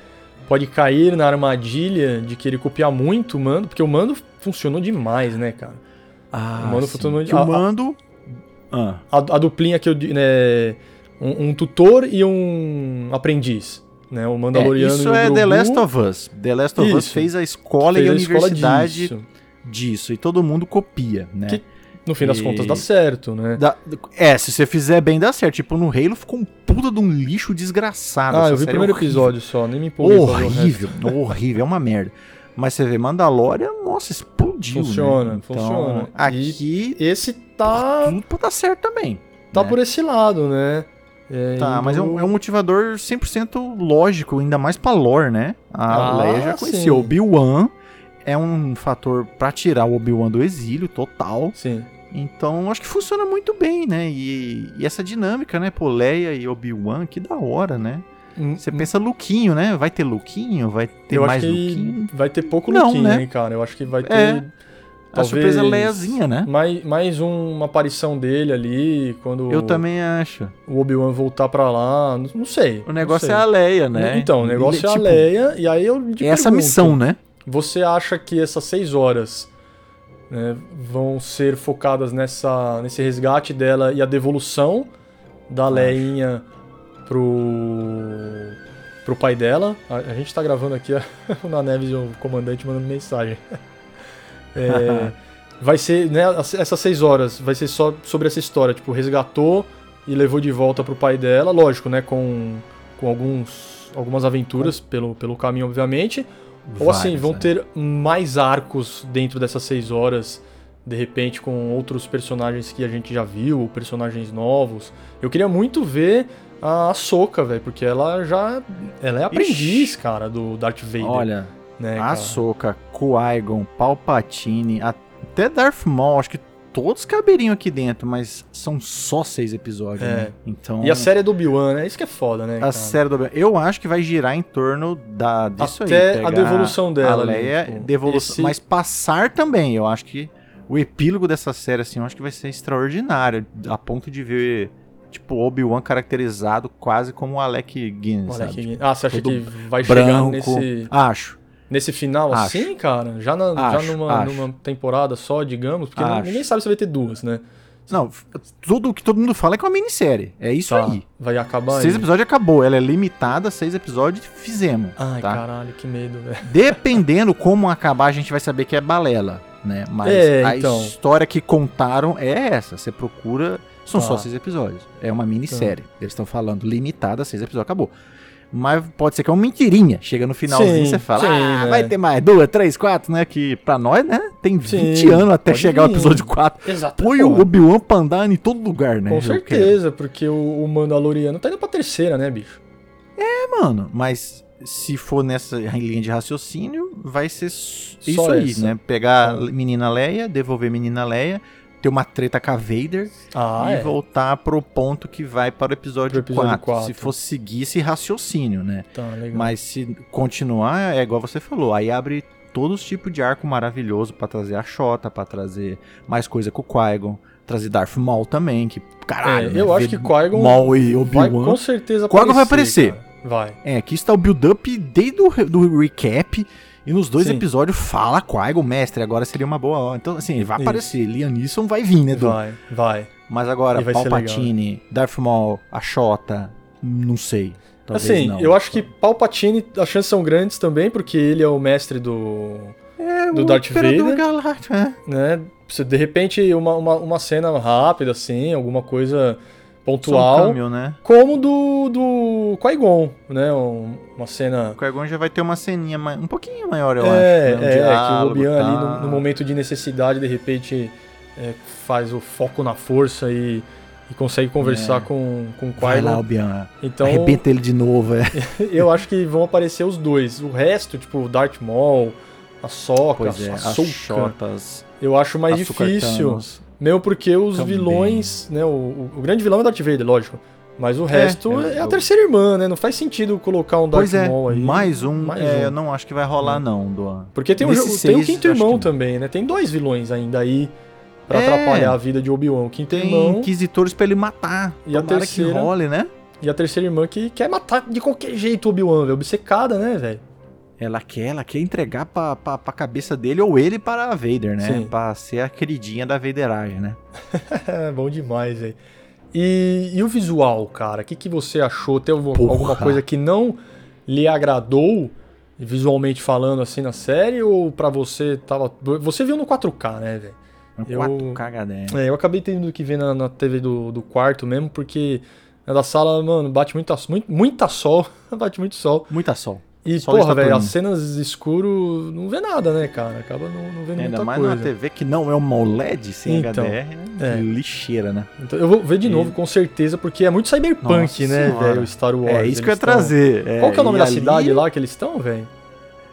A: pode cair na armadilha de querer copiar muito o Mando? Porque o Mando funcionou demais, né, cara?
B: Ah,
A: O Mando
B: sim.
A: Futuro-
B: Que
A: a- a-
B: o Mando... Ah,
A: a, a duplinha que eu di- né, um, um tutor e um aprendiz, né? O Mandaloriano
B: é,
A: e
B: isso
A: o
B: é The
A: Grogu
B: Last of Us. The Last of Us
A: Isso.
B: fez a escola
A: fez
B: e a,
A: a escola
B: universidade disso.
A: disso.
B: e todo mundo copia, né?
A: Que- No fim das
B: E-
A: contas dá certo, né?
B: Da- é, se você fizer bem, dá certo. Tipo, no Halo ficou um puta de um lixo desgraçado.
A: Ah,
B: Essa
A: eu vi o
B: série é
A: primeiro
B: horrível.
A: episódio só, nem me empolguei. pra ver o resto.
B: Horrível, horrível, é uma merda. Mas você vê Mandalorian, nossa, explodiu.
A: Funciona,
B: né? Então,
A: funciona.
B: Aqui
A: Esse tá,
B: tudo pra dar certo também.
A: tá
B: né?
A: por esse lado, né? É,
B: Tá,
A: indo-
B: mas é um, é um motivador 100% lógico, ainda mais pra lore, né? A
A: Ah,
B: Leia já
A: sim.
B: conhecia o Obi-Wan, é um fator pra tirar o Obi-Wan do exílio total.
A: Sim.
B: Então, acho que funciona muito bem, né? E, e essa dinâmica, né? Pô, Leia e Obi-Wan, que da hora, né? Você pensa Luquinho, né? Vai ter Luquinho? Vai
A: Hum,
B: ter
A: eu acho
B: mais
A: que
B: Luquinho?
A: vai ter pouco
B: Não,
A: Luquinho,
B: né?
A: hein, cara? Eu acho que vai ter
B: É. A
A: talvez-
B: surpresa é Leiazinha, né?
A: mais, mais um- uma aparição dele ali quando
B: Eu também acho.
A: o Obi-Wan voltar pra lá. Não não sei.
B: O
A: não
B: negócio
A: sei.
B: é a Leia, né?
A: Então, o negócio é a
B: Tipo,
A: Leia, e aí eu te
B: É essa
A: pergunto,
B: missão, né?
A: Você acha que essas seis horas né, vão ser focadas nessa, nesse resgate dela e a devolução da Leinha pro, pro pai dela? A, a gente tá gravando aqui, o Na Neves, o comandante, mandando mensagem. É, vai ser, né, as- essas seis horas, vai ser só sobre essa história, tipo, resgatou e levou de volta pro pai dela, lógico, né, com, com alguns, algumas aventuras pelo, pelo caminho, obviamente, ou assim,
B: Vários,
A: vão
B: né?
A: ter mais arcos dentro dessas seis horas, de repente com outros personagens que a gente já viu, ou personagens novos. Eu queria muito ver a Soca, velho, porque ela já. Ela é aprendiz, cara, do Darth Vader.
B: Olha,
A: né, cara?
B: Ahsoka, Qui-Gon, Palpatine, até Darth Maul, acho que todos caberiam aqui dentro, mas são só seis episódios,
A: É.
B: né? Então,
A: E a série é do Obi-Wan, né? Isso que é foda, né?
B: a
A: cara?
B: série do... Eu acho que vai girar em torno da, disso
A: Até
B: aí.
A: a
B: pegar
A: devolução dela,
B: A
A: né?
B: Leia,
A: Tipo,
B: devolução.
A: esse-
B: Mas passar também, eu acho que o epílogo dessa série, assim, eu acho que vai ser extraordinário, a ponto de ver... Tipo, Obi-Wan caracterizado quase como o Alec Guinness,
A: Olha
B: sabe?
A: que-
B: Tipo,
A: Ah, você acha
B: todo
A: que vai chegar
B: branco.
A: nesse,
B: Acho.
A: nesse final
B: Acho.
A: assim, cara? Já, na- já
B: Acho,
A: numa,
B: acho.
A: numa temporada só, digamos? Porque
B: Acho.
A: ninguém sabe se vai ter duas, né?
B: Não, f- tudo o que todo mundo fala é que é uma minissérie. É isso
A: Tá,
B: aí.
A: Vai acabar
B: Seis
A: aí.
B: episódios acabou. Ela é limitada, seis episódios fizemos.
A: Ai,
B: tá?
A: caralho, que medo, velho.
B: Dependendo como acabar, a gente vai saber que é balela, né? Mas
A: É,
B: a
A: então.
B: história que contaram é essa. Você procura. São
A: Tá.
B: só seis episódios. É uma minissérie. Eles estão falando limitada, seis episódios, acabou. Mas pode ser que é uma mentirinha. Chega no
A: Sim,
B: finalzinho você fala,
A: sim,
B: ah,
A: né?
B: vai ter mais duas, três, quatro, né? Que pra nós, né? Tem 20
A: Sim,
B: anos até
A: pode
B: chegar o
A: vir.
B: episódio 4.
A: Exato.
B: Põe o Obi-Wan pra andar em todo lugar, né?
A: Com
B: Eu quero.
A: certeza, porque o, o Mandaloriano tá indo pra terceira, né, bicho?
B: É, mano, mas se for nessa linha de raciocínio, vai ser s-
A: Só
B: isso aí,
A: essa.
B: né? Pegar a
A: Só.
B: menina Leia, devolver a menina Leia, ter uma treta com a Vader
A: Ah,
B: e
A: é.
B: voltar pro ponto que vai para o episódio,
A: Pro episódio
B: 4,
A: quatro.
B: Se for seguir esse raciocínio, né?
A: Tá, legal.
B: Mas se continuar, é igual você falou, aí abre todos os tipos de arco maravilhoso pra trazer a Xota, pra trazer mais coisa com o Qui-Gon, trazer Darth Maul também, que caralho.
A: É,
B: né?
A: eu acho
B: Ver
A: que Qui-Gon
B: Maul e
A: Vai com
B: Obi-Wan.
A: certeza
B: Qui-Gon vai aparecer.
A: cara. Vai.
B: É, aqui está o build-up desde o re- do recap. E nos dois
A: Sim.
B: episódios fala Qui-Gon, mestre, agora seria uma boa hora. Então, assim, ele vai
A: Isso.
B: aparecer. Liam Neeson vai vir, né, Edu?
A: Vai, vai.
B: Mas agora,
A: E vai ser legal, né?
B: Palpatine, Darth Maul, a Xota, não sei. Talvez
A: assim,
B: não.
A: eu acho que Palpatine, as chances são grandes também, porque ele é o mestre do.
B: É,
A: do
B: o
A: Darth
B: Imperador
A: Vader.
B: Galáctico, é.
A: né? Se de repente uma, uma, uma cena rápida, assim, alguma coisa
B: Só um
A: pontual.
B: cameo, né?
A: como do, do Qui-Gon, né? Um- uma cena.
B: O qui já vai ter uma ceninha mai- um pouquinho maior, eu
A: é,
B: acho. né? Um
A: é,
B: diálogo,
A: que o Obi-Wan ali
B: tá.
A: no, no momento de necessidade, de repente, é, faz o foco na força e, e consegue conversar com, com o
B: É. Vai lá,
A: Qui-Gon.
B: Obi-Wan.
A: Então,
B: Arrebenta ele de novo, é.
A: eu acho que vão aparecer os dois. O resto, tipo, o Darth Maul, a Soca,
B: Pois é,
A: a
B: as
A: Soca,
B: Xotas,
A: eu acho mais
B: açúcar
A: difícil.
B: Thanos.
A: Mesmo porque os
B: Também.
A: vilões, né? O, o- o grande vilão é o Darth Vader, lógico. Mas o resto
B: é,
A: é, a
B: o-
A: terceira irmã, né? Não faz sentido colocar um Darth
B: Pois é,
A: Maul aí.
B: mais um,
A: Mais
B: é,
A: um.
B: eu não acho que vai rolar não, Duan.
A: Porque tem, um,
B: Desses
A: jo- tem o
B: seis,
A: quinto
B: eu acho
A: irmão
B: que-
A: também, né? Tem dois vilões ainda aí pra
B: É.
A: atrapalhar a vida de Obi-Wan. O quinto
B: Tem
A: irmão
B: inquisitores pra ele matar.
A: E a
B: Tomara que
A: terceira-
B: role, né?
A: e a terceira irmã que quer matar de qualquer jeito o Obi-Wan, velho. Obcecada, né, velho?
B: Ela quer, ela quer entregar pra, pra, pra cabeça dele ou ele para a Vader, né?
A: Sim.
B: Pra ser a queridinha da Vaderagem, né?
A: É, bom demais, velho. E, e o visual, cara? O que, que você achou? Tem alguma
B: Porra.
A: alguma coisa que não lhe agradou, visualmente falando, assim, na série? Ou pra você tava. Você viu no 4K, né, velho?
B: Um
A: Eu-
B: 4K HD.
A: É, eu acabei tendo que ver na, na TV do, do quarto mesmo, porque na da sala, mano, bate muita, muito, muita sol, bate muito sol.
B: Muita sol.
A: E,
B: Sol
A: porra, velho,
B: Saturno.
A: as cenas escuro não vê nada, né, cara? Acaba não, não vendo
B: Ainda
A: muita
B: mais
A: coisa.
B: numa TV que não é uma OLED sem
A: Então,
B: HDR,
A: é.
B: é lixeira, né?
A: Então, eu vou ver de
B: E-
A: novo, com certeza, porque é muito cyberpunk,
B: Nossa
A: né,
B: senhora.
A: velho, o Star Wars.
B: É isso que eu ia
A: eles tão-
B: trazer.
A: Qual que é o nome
B: e
A: da
B: ali-
A: cidade lá que eles estão, velho?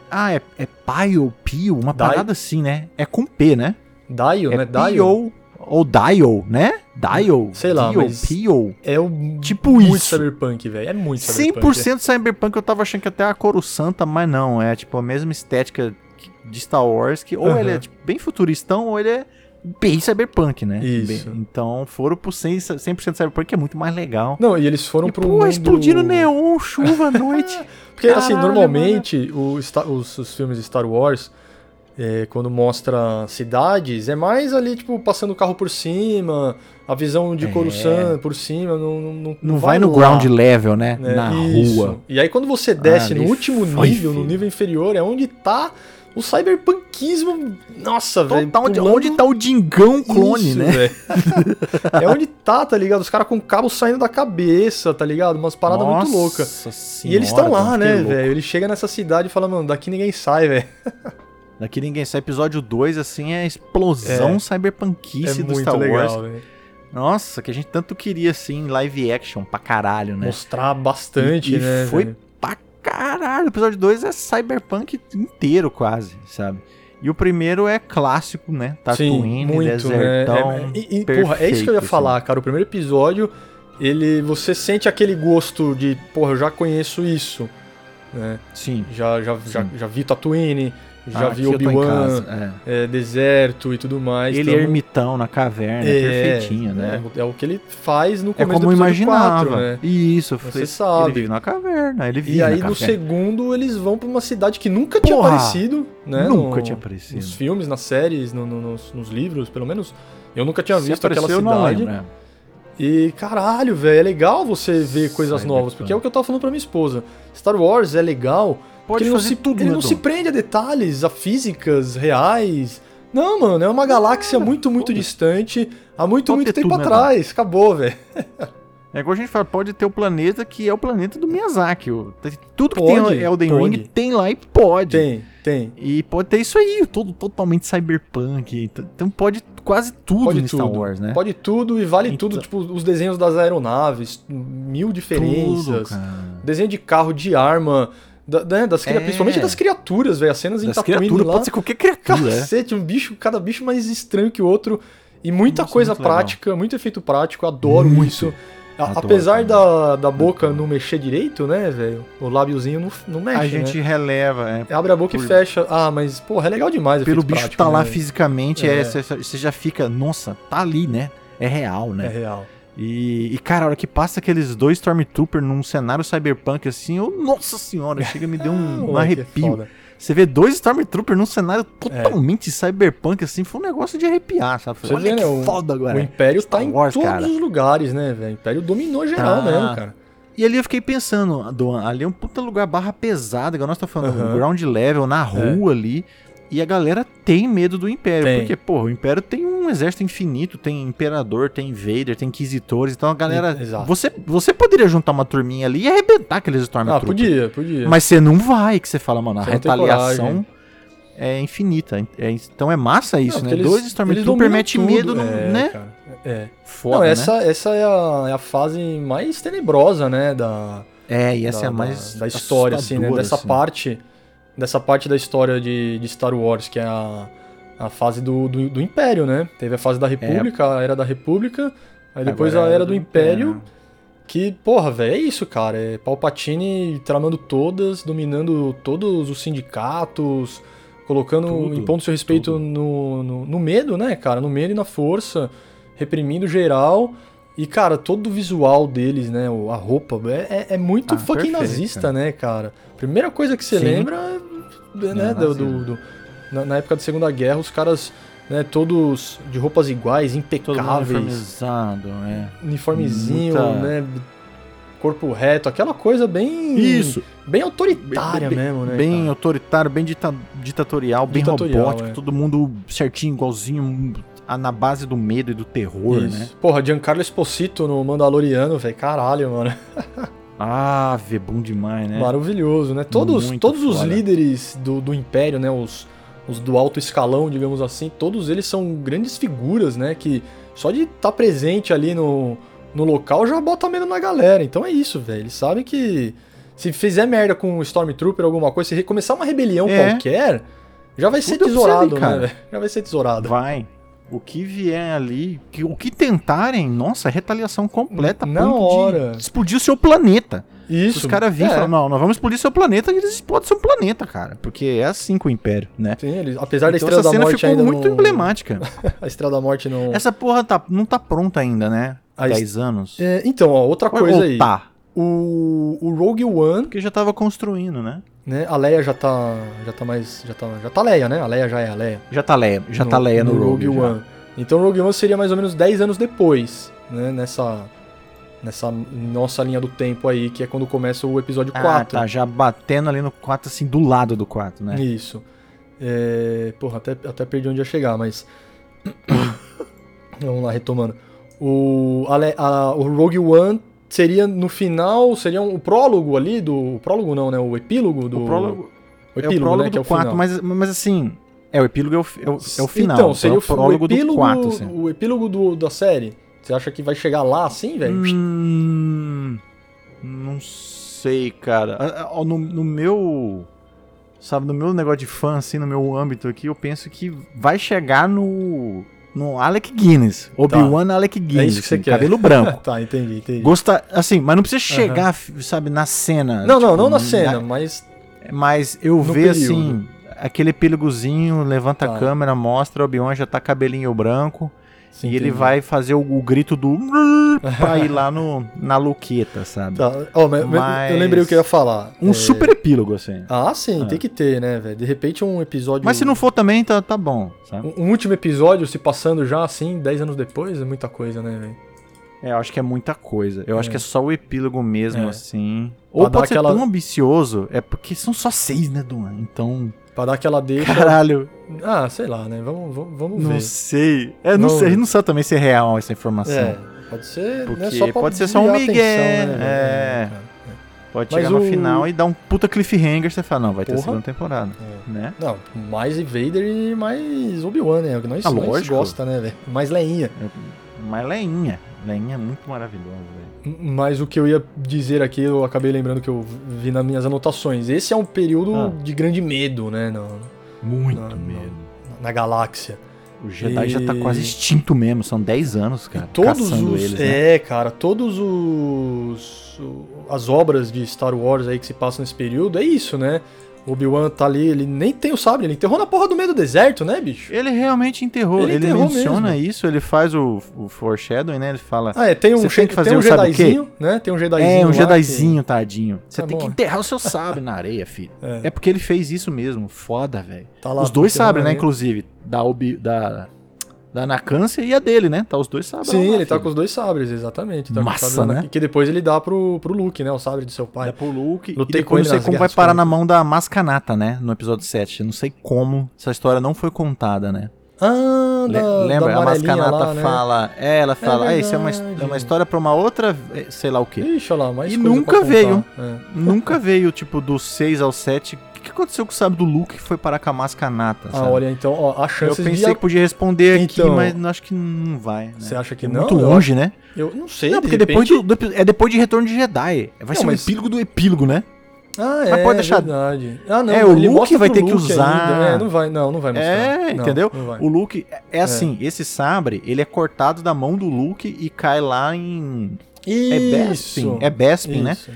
B: Ah, é, é Pio, Pio, uma
A: Dai-
B: parada assim, né? É com P, né?
A: Dio,
B: é
A: né? Dio.
B: Pio ou Dial, né? Dial.
A: Sei lá,
B: Dio,
A: mas-
B: Pio.
A: É o
B: Tipo
A: muito
B: isso.
A: cyberpunk, velho. É muito cyberpunk.
B: 100% cyberpunk, eu tava achando que até a Coro Santa, mas não, é tipo a mesma estética que- de Star Wars, que ou
A: Aham.
B: ele é tipo, bem futuristão, ou ele é bem cyberpunk, né?
A: Isso.
B: Bem- então foram pro 100%, 100% cyberpunk, que é muito mais legal.
A: Não, e eles foram
B: E,
A: pro
B: pô,
A: mundo...
B: explodindo neon, chuva à noite.
A: Porque, assim,
B: Caralho,
A: normalmente o Sta- os, os filmes de Star Wars, é, quando mostra cidades, é mais ali, tipo, passando o carro por cima, a visão de
B: É.
A: Coruscant por cima, não, não, não,
B: Não vai no
A: lá, É,
B: ground level, né? Na
A: Isso.
B: rua. Ah,
A: E aí quando você desce
B: Ali
A: no último
B: foi,
A: nível, no
B: filho.
A: nível inferior, é onde tá o cyberpunkismo, nossa, velho.
B: Tá onde,
A: pulando-
B: onde tá o Dingão clone,
A: Isso,
B: né?
A: velho. é onde tá, tá ligado? Os caras com cabo saindo da cabeça, tá ligado? Umas paradas muito loucas. E eles estão lá, né, velho? Ele chega nessa cidade e fala, mano, daqui ninguém sai, velho.
B: Daqui ninguém sai. Episódio 2, assim, é a explosão
A: É.
B: cyberpunkice
A: É
B: do
A: muito
B: Star Wars. né?
A: legal, velho.
B: Nossa, que a gente tanto queria, assim, live action pra caralho, né?
A: Mostrar bastante,
B: E- e
A: né?
B: foi
A: velho?
B: Pra caralho. O episódio 2 é cyberpunk inteiro, quase, sabe? E o primeiro é clássico, né? Tatooine, desertão.
A: né? É- E, e, porra, é isso que eu
B: perfeito,
A: ia
B: assim.
A: falar, cara. O primeiro episódio, ele, você sente aquele gosto de, porra, eu já conheço isso, né?
B: Sim.
A: Já, já, já,
B: Sim.
A: já vi Tatooine, já
B: Ah,
A: vi
B: aqui eu tô em
A: Obi-Wan,
B: casa, é.
A: é, deserto e tudo mais.
B: Ele é
A: então-
B: ermitão na caverna, perfeitinho, né?
A: É, é o que ele faz no
B: É
A: começo
B: como eu
A: do episódio
B: imaginava.
A: 4, né?
B: Isso, eu
A: Você
B: falei,
A: sabe.
B: Ele vive na caverna, ele vive
A: E aí,
B: na
A: no
B: caverna.
A: segundo, eles vão pra uma cidade que nunca tinha
B: Porra!
A: aparecido, né?
B: Nunca
A: no-
B: tinha aparecido.
A: Nos filmes, nas séries, no- no- nos, nos livros, pelo menos. Eu nunca tinha
B: Se
A: visto aquela
B: apareceu, eu não
A: cidade.
B: lembro, é.
A: E caralho, velho, é legal você ver coisas
B: Cyberpunk.
A: novas, porque é o que eu tava falando pra minha esposa. Star Wars é legal, porque
B: Pode
A: ele não
B: fazer
A: se,
B: tudo,
A: ele
B: né,
A: não
B: Dom?
A: se prende a detalhes, a físicas reais. Não, mano, é uma galáxia muito, muito
B: foda-se.
A: distante, há muito,
B: Pode
A: muito
B: ter
A: tempo
B: tudo, né,
A: atrás. Acabou, velho.
B: É igual a gente fala, pode ter o planeta que é o planeta do Miyazaki. o- tem- Tudo que
A: Pode,
B: tem Elden
A: pode.
B: Ring tem lá e pode.
A: Tem, tem.
B: E pode ter isso aí, todo totalmente cyberpunk. Então- Então pode quase tudo
A: Pode
B: no Star
A: tudo.
B: Wars, né?
A: Pode tudo e vale
B: Então-
A: tudo, tipo, os desenhos das aeronaves, mil
B: tudo,
A: diferenças.
B: cara.
A: desenho de carro, de arma, da- né, das cria-
B: É.
A: principalmente das criaturas, velho. As cenas em
B: Das
A: Tatooine
B: criaturas,
A: lá.
B: pode ser qualquer criatura. é.
A: Cacete, um bicho, cada bicho mais estranho que o outro. E muita
B: Nossa,
A: coisa
B: muito legal.
A: prática, muito efeito prático, adoro
B: Muito.
A: isso. A-
B: Adoro
A: Apesar
B: também.
A: da, da boca
B: Adoro.
A: não mexer direito, né, velho? O lábiozinho não, não mexe.
B: A
A: né?
B: gente releva, é,
A: Abre a boca e
B: por-
A: fecha. Ah, mas, porra, é legal demais.
B: pelo
A: efeito
B: bicho
A: prático,
B: tá lá
A: né?
B: fisicamente, é,
A: É.
B: você você já fica, nossa, tá ali, né? é real,
A: É
B: né?
A: real.
B: E, e, cara, a hora que passa aqueles dois Stormtrooper num cenário cyberpunk assim, eu, nossa senhora, chega me deu um, um
A: Moleque, é
B: arrepio.
A: foda. É.
B: Você vê dois Stormtrooper num cenário totalmente cyberpunk, assim, foi um negócio de arrepiar, sabe? Falei,
A: Você vê,
B: Olha que
A: né, o-
B: foda agora.
A: O Império tá
B: É. Star
A: em
B: Wars,
A: todos
B: cara.
A: os lugares, né, velho? O Império dominou geral
B: Tá.
A: mesmo, cara.
B: E ali eu fiquei pensando, Doan, ali é um puta lugar barra pesada, igual nós tá falando,
A: Aham. É.
B: ground level, na rua ali. E a galera tem medo do Império,
A: Tem.
B: porque, pô, o Império tem um exército infinito, tem Imperador, tem Vader, tem Inquisitores, então a galera...
A: Exato.
B: Você, você poderia juntar uma turminha ali e arrebentar aqueles
A: Ah,
B: Stormtroopers.
A: podia, podia.
B: Mas você não vai, que você fala, mano, a
A: Você não tem
B: retaliação é infinita. É- então é massa
A: Não,
B: isso, né?
A: porque eles-
B: Dois
A: eles
B: Stormtrooper
A: dominam
B: mete
A: tudo,
B: medo, no-
A: é,
B: né?
A: cara. É.
B: Foda,
A: Não,
B: né?
A: essa, essa é, a, é a fase mais tenebrosa, né, da,
B: É, e essa
A: da,
B: é a mais
A: da, da história, assim, né,
B: assustadora,
A: dessa
B: assim.
A: parte, dessa parte da história de, de Star Wars, que é a, a fase do, do, do Império, né, teve a fase da República, a Era da República, aí depois
B: É. Agora é
A: a Era do, Império, que, porra, velho, é isso, cara, é Palpatine tramando todas, dominando todos os sindicatos, colocando,
B: Tudo,
A: impondo seu respeito
B: tudo.
A: no, no, no medo, né, cara, no medo e na força, reprimindo geral... E, cara, todo o visual deles, né? o- A roupa, é, é- é muito
B: Ah,
A: fucking
B: perfeito,
A: nazista,
B: cara.
A: né, cara? Primeira coisa que você
B: Sim.
A: lembra, é, né,
B: É,
A: do,
B: nazismo.
A: do- do- na, na época da Segunda Guerra, os caras, né, todos de roupas iguais,
B: Todo mundo
A: impecáveis,
B: uniformizado, é.
A: uniformezinho,
B: Muita-
A: né? Corpo reto, aquela coisa bem. Bem autoritária
B: Bem-
A: mesmo, né?
B: bem
A: cara?
B: autoritário, bem dita- ditatorial, bem
A: Ditatorial,
B: robótico,
A: é.
B: todo mundo certinho, igualzinho, a- na base do medo e do terror,
A: Isso.
B: né?
A: Porra, Giancarlo Esposito no Mandaloriano, velho. Caralho, mano.
B: Ah, vê bom demais, né?
A: Maravilhoso, né? Todos,
B: Muito
A: todos os
B: foda.
A: líderes do, do Império, né? Os, os do alto escalão, digamos assim, todos eles são grandes figuras, né? Que só de estar presente ali no, no local já bota medo na galera. Então é isso, velho. Eles sabem que se fizer merda com um Stormtrooper, alguma coisa, se recomeçar uma rebelião
B: É.
A: qualquer, já vai ser
B: Tudo pra você
A: tesourado,
B: ali, cara.
A: né, velho? Já vai ser tesourado.
B: Vai. O que vier ali, que- o que tentarem, nossa, é retaliação completa, a
A: Na
B: ponto
A: hora.
B: de explodir o seu planeta.
A: Isso.
B: Os caras vêm e
A: é.
B: falam, não, nós vamos explodir seu planeta e eles explodem seu planeta, cara. Porque é assim com o Império, né?
A: Sim, eles- apesar da
B: então
A: Estrela
B: essa
A: da
B: cena
A: Morte
B: ficou
A: ainda
B: muito
A: não-
B: emblemática.
A: A Estrela da Morte não...
B: Essa porra tá, não tá pronta ainda, né?
A: A est-
B: 10 anos.
A: É, então, ó, outra
B: Ou-
A: coisa
B: ou
A: aí.
B: Tá.
A: O, o Rogue One
B: Porque já tava construindo, né?
A: né? A Leia já tá, já tá mais, já tá, já tá Leia, né? A Leia já é a Leia.
B: Já tá Leia, já tá Leia no, Rogue, já.
A: One. Então o Rogue One seria mais ou menos 10 anos depois, né? Nessa nessa nossa linha do tempo aí, que é quando começa o episódio
B: Ah,
A: 4.
B: tá, já batendo ali no 4, assim, do lado do 4, né?
A: Isso. É, porra, até, até perdi onde ia chegar, mas. Vamos lá, retomando. O, a Le- a- o Rogue One seria no final, seria um, o prólogo ali do. O prólogo não, né? O epílogo do.
B: o prólogo,
A: o
B: é o prólogo
A: né, que
B: do
A: é o
B: 4,
A: final.
B: mas, mas assim, é o epílogo é o, fi- é o, é o final.
A: Então, seria
B: é
A: o,
B: o prólogo
A: epílogo,
B: do 4, assim.
A: O epílogo do- da série. Você acha que vai chegar lá assim, velho?
B: Hum, não sei, cara. Ah, ah, ó, No, no meu... Sabe, no meu negócio de fã, assim, no meu âmbito aqui, eu penso que vai chegar no... No Alec Guinness. Obi-Wan Alec Guinness.
A: Tá. É isso que você
B: assim,
A: quer.
B: Cabelo branco.
A: Tá, entendi, entendi.
B: Gosta, assim, mas não precisa chegar, f- sabe, na cena.
A: Não, não,
B: tipo,
A: não na cena, mas.
B: Mas eu
A: No
B: vejo,
A: período.
B: assim, aquele epílogozinho, levanta
A: Tá.
B: a câmera, mostra, o Obi-Wan já tá cabelinho branco.
A: Sim,
B: e
A: entendi.
B: ele vai fazer o, o grito do... pra ir lá no, na luqueta, sabe?
A: Tá. Ó, mas- mas
B: Mas-
A: Eu lembrei o que eu ia falar.
B: Um
A: É,
B: super epílogo, assim.
A: Ah, sim,
B: Ah.
A: tem que ter, né, velho? De repente um episódio.
B: Mas se não for também, tá, tá bom, sabe?
A: Um, um último episódio se passando já assim, 10 anos depois, é muita coisa, né, velho?
B: É, eu acho que é muita coisa. Eu acho que é só o epílogo mesmo,
A: É.
B: assim. Ou
A: Pra dar
B: pode ser
A: aquela-
B: tão ambicioso, é porque são só seis, né, Duan? Então,
A: Pra dar aquela deixa.
B: caralho...
A: Ah, sei lá, né? Vamos, vamos, vamos
B: Não
A: ver.
B: sei. É,
A: Não-
B: não, sei, não sei também se é real essa informação.
A: É, pode ser. né,
B: Porque
A: só pra
B: pode ser só um
A: desviar a atenção, né,
B: migué,
A: velho?
B: é.
A: cara?
B: Pode
A: Mas
B: chegar
A: o-
B: no final e dar um puta cliffhanger, você fala, não, vai ter
A: Porra.
B: segunda temporada, né?
A: Não, mais Vader e mais Obi-Wan, né? O que nós,
B: Ah,
A: nós
B: lógico.
A: gosta, né, velho? Mais leinha.
B: Mas Leinha, Leinha é muito maravilhosa, velho.
A: Mas o que eu ia dizer aqui, eu acabei lembrando que eu vi nas minhas anotações. Esse é um período
B: Ah.
A: de grande medo, né? Na,
B: Muito
A: Não, não.
B: mesmo.
A: na galáxia.
B: O Jedi já tá
A: E-
B: quase extinto mesmo, são 10 anos, cara,
A: Todos
B: caçando
A: os.
B: eles, né?
A: é, cara, todos os. o- As obras de Star Wars aí que se passam nesse período, é isso, né? O Obi-Wan tá ali, ele nem tem o sabre, ele enterrou na porra do meio do deserto, né, bicho?
B: Ele realmente enterrou.
A: Ele
B: Ele,
A: enterrou
B: menciona isso, ele faz o, o foreshadowing, né? Ele fala.
A: Ah, é, tem um,
B: Você
A: che-
B: tem que fazer
A: tem um
B: o sabe o quê?
A: Jedizinho, né? Tem um Jedizinho.
B: é, um
A: lá
B: Jedizinho, tadinho. Você
A: Tá
B: tem
A: bom.
B: que enterrar o seu sabre na areia, filho.
A: É.
B: É. porque ele fez isso mesmo. Foda, velho.
A: que tá lá
B: os dois
A: enterrando
B: sabres, né?
A: ele.
B: Inclusive, da Obi. Da, da Anacância e a dele, né? Tá os dois sabres.
A: Sim,
B: lá,
A: ele tá
B: filho.
A: com os dois sabres, exatamente. Tá com o
B: Massa,
A: sabre lá na-
B: né?
A: Que depois ele dá pro, pro Luke, né? O sabre do seu
B: Dá
A: pai.
B: É pro Luke. E
A: Lutei com
B: depois
A: ele
B: não sei
A: nas
B: como vai
A: guerras
B: parar
A: clônicas.
B: na mão da Mascanata, né? No episódio 7. Eu não sei como essa história não foi contada, né?
A: Ah,
B: Le-
A: da,
B: Lembra?
A: da
B: a
A: amarelinha
B: Mascanata
A: lá, né?
B: fala. É, ela fala. É, isso é uma,
A: verdade.
B: é uma história pra uma outra. é, Sei lá o quê.
A: Ixi, olha lá, mais
B: E
A: coisa pra
B: nunca
A: contar.
B: veio. Tá
A: É.
B: Nunca veio, tipo, do 6 ao 7. O que, que aconteceu com o sábio do Luke que foi parar com a Mascanata?
A: Ah,
B: sabe?
A: olha, então, ó, a
B: Eu
A: chance
B: pensei
A: de...
B: que podia responder
A: Então-
B: aqui, mas não- acho que não vai. Né?
A: Você acha que
B: É
A: não?
B: Muito
A: Eu
B: longe, né?
A: Eu não sei,
B: Não,
A: de
B: porque depois
A: repente-
B: do, do epi- é depois de Retorno de Jedi. Vai
A: Não,
B: ser
A: mas-
B: um epílogo do epílogo, né?
A: Ah,
B: Mas
A: é,
B: pode deixar-
A: verdade. Ah, não,
B: É, o
A: ele
B: Luke
A: mostra
B: vai
A: pro
B: ter que
A: Luke
B: usar.
A: ainda. É, não vai, não, não vai mostrar.
B: É,
A: Não,
B: entendeu?
A: Não vai.
B: O Luke é- é assim, esse sabre, ele é cortado da mão do Luke e cai lá em é Bespin, é Bespin, né?
A: Isso.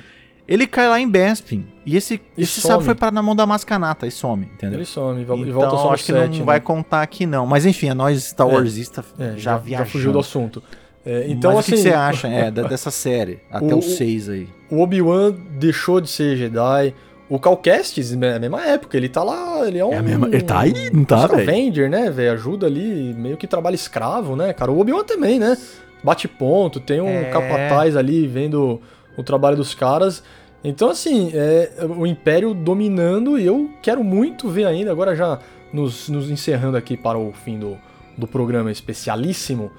B: Ele cai lá em Bespin e esse
A: E
B: esse
A: some.
B: sabre foi parar na mão da Mascanata e some, entendeu?
A: Ele some e vol- e
B: então,
A: volta só no
B: acho que
A: set,
B: não
A: né?
B: vai contar aqui não, mas enfim, a nós Star
A: É.
B: Warsista
A: É,
B: já,
A: já
B: viajamos.
A: fugiu do assunto. É, então,
B: mas
A: assim,
B: o que que você acha é, da- dessa série até
A: O-
B: os seis aí?
A: o Obi-Wan deixou de ser Jedi. O Cal Kestis, né, na mesma época, ele tá lá, ele é um...
B: É a mesma- ele tá aí, não tá,
A: um
B: velho?
A: Vender, né, velho? Ajuda ali, meio que trabalha escravo, né, cara? O Obi-Wan também, né? Bate ponto, tem um
B: É.
A: capataz ali vendo o trabalho dos caras. Então, assim, é o Império dominando e eu quero muito ver ainda, agora já nos, nos encerrando aqui para o fim do, do programa especialíssimo,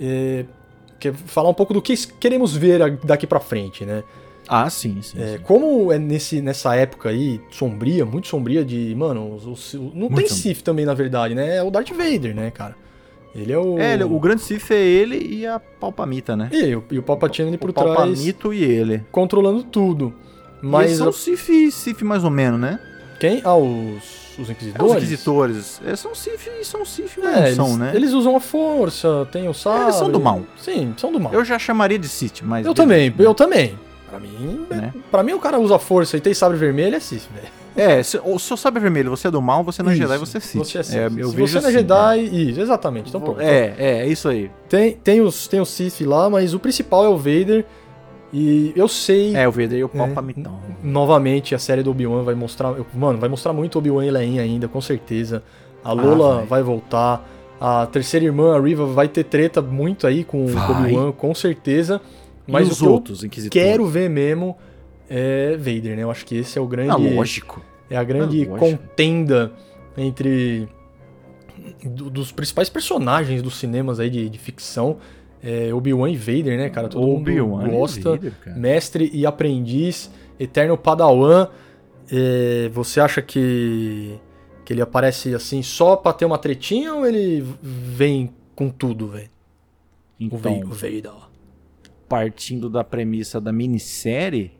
A: é, quer falar um pouco do que queremos ver a- daqui pra frente, né?
B: Ah, sim, sim.
A: É,
B: sim.
A: como é nesse, nessa época aí, sombria, muito sombria de. Mano, os- os- não
B: Muito
A: tem
B: sombrio.
A: Sif também, na verdade, né? É o Darth Vader, né, cara? Ele é o.
B: É, ele- o grande Sif é ele e a Palpamita, né?
A: E, o- e o Palpatine ali por
B: o
A: trás,
B: Palpamito e ele.
A: controlando tudo.
B: Mas
A: Mas.
B: são Sif, Sif mais ou menos, né?
A: Quem? Ah, os, os
B: É, os
A: Inquisidores?
B: inquisitores. É, são Sif, são Sif, mas
A: É,
B: não
A: eles,
B: são, né?
A: eles usam a força, tem o sábio.
B: eles são do mal.
A: Sim, são do mal. Eu,
B: Eu já chamaria de Sith, mas.
A: também,
B: beleza,
A: eu também. Pra mim, é-
B: Né?
A: pra mim, o cara usa a força e tem sabre vermelho, é Sif, velho.
B: É, se, o seu sabe vermelho, você é do mal, você não é
A: Isso,
B: Jedi, você é Sith.
A: Você é Sith.
B: É,
A: Se
B: eu
A: você
B: vejo
A: não é
B: assim,
A: Jedi, isso, exatamente. Então, pronto.
B: É, é, é isso aí.
A: Tem, tem, os, tem o Sith lá, mas o principal é o Vader. E eu sei,
B: É, o Vader e o Palpamitão.
A: novamente, a série do Obi-Wan vai mostrar. eu- mano, vai mostrar muito Obi-Wan e Leinha ainda, com certeza. A Lola
B: Ah, vai.
A: vai voltar. A terceira irmã, a Riva, vai ter treta muito aí com com o
B: Vai.
A: Obi-Wan, com certeza. Mas
B: Mas
A: o
B: os
A: que eu
B: outros, inquisitores.
A: quero ver mesmo é Vader, né? Eu acho que esse é o grande.
B: Ah, lógico.
A: É a grande
B: Ah, lógico.
A: contenda entre do- dos principais personagens dos cinemas aí de, de ficção, é Obi-Wan e Vader, né, cara? Todo
B: Obi-Wan
A: mundo
B: e
A: gosta.
B: Vader, cara.
A: Mestre e aprendiz, eterno padawan. É, você acha que que ele aparece assim só pra ter uma tretinha ou ele vem com tudo, velho? O
B: Então,
A: Vai- o Vader.
B: partindo da premissa da minissérie,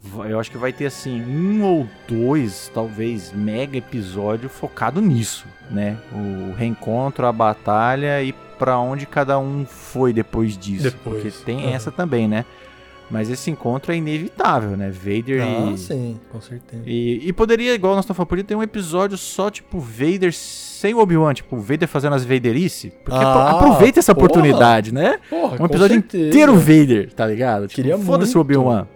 B: va- eu acho que vai ter assim um ou dois, talvez, mega episódio focado nisso, né? O reencontro, a batalha e pra onde cada um foi depois disso,
A: Depois,
B: porque tem
A: aham.
B: essa também, né? Mas esse encontro é inevitável, né? Vader
A: Ah,
B: e,
A: sim, com certeza.
B: e, e poderia, igual nós estamos falando, podia ter um episódio só, tipo, Vader sem o Obi-Wan, tipo, Vader fazendo as Vaderice. Porque apro-
A: Ah,
B: aproveita essa
A: porra.
B: oportunidade, né?
A: Porra,
B: Um episódio inteiro Vader, tá ligado? Tipo,
A: Queria
B: foda-se
A: muito.
B: o Obi-Wan.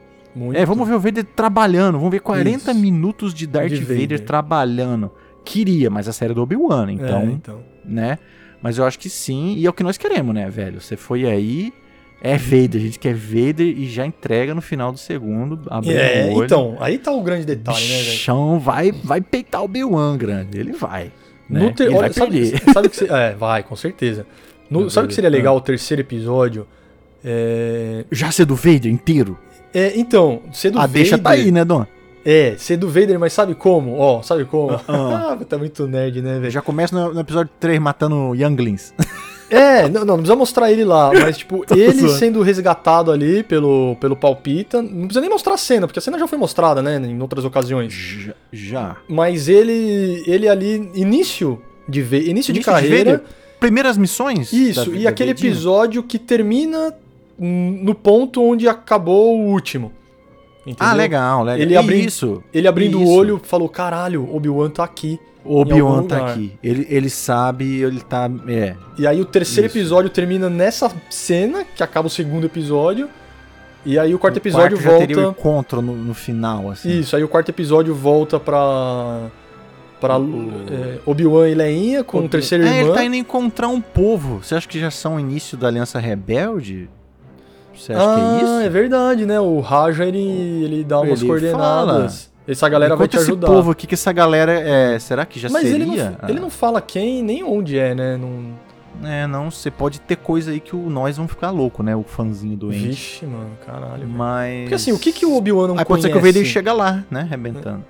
B: É, vamos ver o Vader trabalhando. Vamos ver 40
A: Isso.
B: minutos de Darth
A: De
B: Vader.
A: Vader.
B: trabalhando. Queria, mas a série é do Obi-Wan, então,
A: então.
B: né? Mas eu acho que sim, e é o que nós queremos, né, velho? Você foi aí,
A: Uhum.
B: é Vader, a gente quer Vader e já entrega no final do segundo, abrindo
A: É,
B: o olho.
A: então, aí tá o grande detalhe, né, velho?
B: bichão vai, vai peitar o Obi-Wan grande, ele vai. Né?
A: No ter...
B: Ele
A: Olha,
B: vai
A: sabe,
B: perder.
A: sabe que se- É, vai, com certeza. No-
B: Vai
A: sabe o que
B: perder.
A: seria
B: é.
A: legal o terceiro episódio? É,
B: Já ser do Vader inteiro?
A: é, então, ser do
B: a
A: Vader.
B: deixa tá aí, né, Dom?
A: É, ser do Vader, mas sabe como? Ó, sabe como?
B: Ah.
A: tá muito nerd, né, velho?
B: Já começa no, no episódio 3 matando Younglings.
A: É, não, não, não precisa mostrar ele lá, mas tipo,
B: Tô
A: ele
B: zoando.
A: sendo resgatado ali pelo, pelo Palpita. Não precisa nem mostrar a cena, porque a cena já foi mostrada, né, em outras ocasiões.
B: Já. já.
A: Mas ele ele ali, início de, ve... início de
B: Início de
A: carreira.
B: Vader? Primeiras missões?
A: Isso,
B: da-
A: e
B: da
A: aquele
B: Vedinha?
A: episódio que termina hum, no ponto onde acabou o último. Entendeu?
B: Ah, legal, legal.
A: Ele
B: E
A: abri-
B: isso.
A: Ele abrindo
B: Isso.
A: o olho falou: caralho, Obi-Wan tá aqui.
B: O
A: algum
B: Obi-Wan tá
A: lugar.
B: aqui. Ele, ele sabe, ele tá. É.
A: E aí o terceiro
B: Isso.
A: episódio termina nessa cena, que acaba o segundo episódio. E aí o quarto
B: O
A: episódio
B: quarto já
A: volta.
B: teria o encontro no, no final, assim.
A: Isso, aí o quarto episódio volta pra. pra
B: O-
A: é, Obi-Wan e Leinha com o terceiro
B: é, ele
A: irmão.
B: tá indo encontrar um povo. Você acha que já são o início da Aliança Rebelde? Você acha que é isso?
A: Ah, verdade, né? O Raja ele, ele dá umas
B: Ele
A: coordenadas. Essa galera
B: Enquanto
A: vai te
B: esse
A: ajudar.
B: povo aqui, que essa galera é. Será que já
A: Mas ele
B: seria?
A: não, ele não fala quem nem onde é, né? Não...
B: Ah, É, não, você pode ter coisa aí que o nós vamos ficar louco, né? O fãzinho doente.
A: Vixe, mano, caralho. velho.
B: Mas.
A: Porque assim, o que, que o Obi-Wan não
B: Aí pode
A: conhece?
B: ser que o Vader chega lá, né? Arrebentando.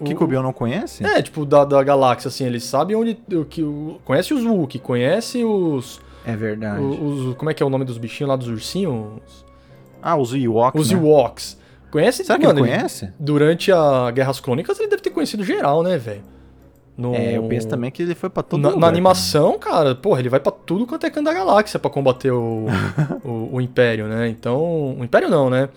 B: O que, que o
A: o
B: Obi-Wan não conhece?
A: É, tipo, da, da galáxia, assim, ele sabe onde. O, que, o, conhece os Wookie, conhece os,
B: É verdade.
A: os, Como é que é o nome dos bichinhos lá dos ursinhos?
B: Ah, os Ewoks.
A: Os
B: né?
A: Ewoks. Conhece
B: Será que
A: mano,
B: ele
A: ele-
B: conhece?
A: Durante a Guerras Clônicas, ele deve ter conhecido geral, né, velho? No-
B: É, eu penso também que ele foi pra todo
A: Na, na
B: lugar.
A: animação, cara, porra, ele vai pra tudo quanto é canto da galáxia pra combater o, o, o Império, né? Então. O Império não, né?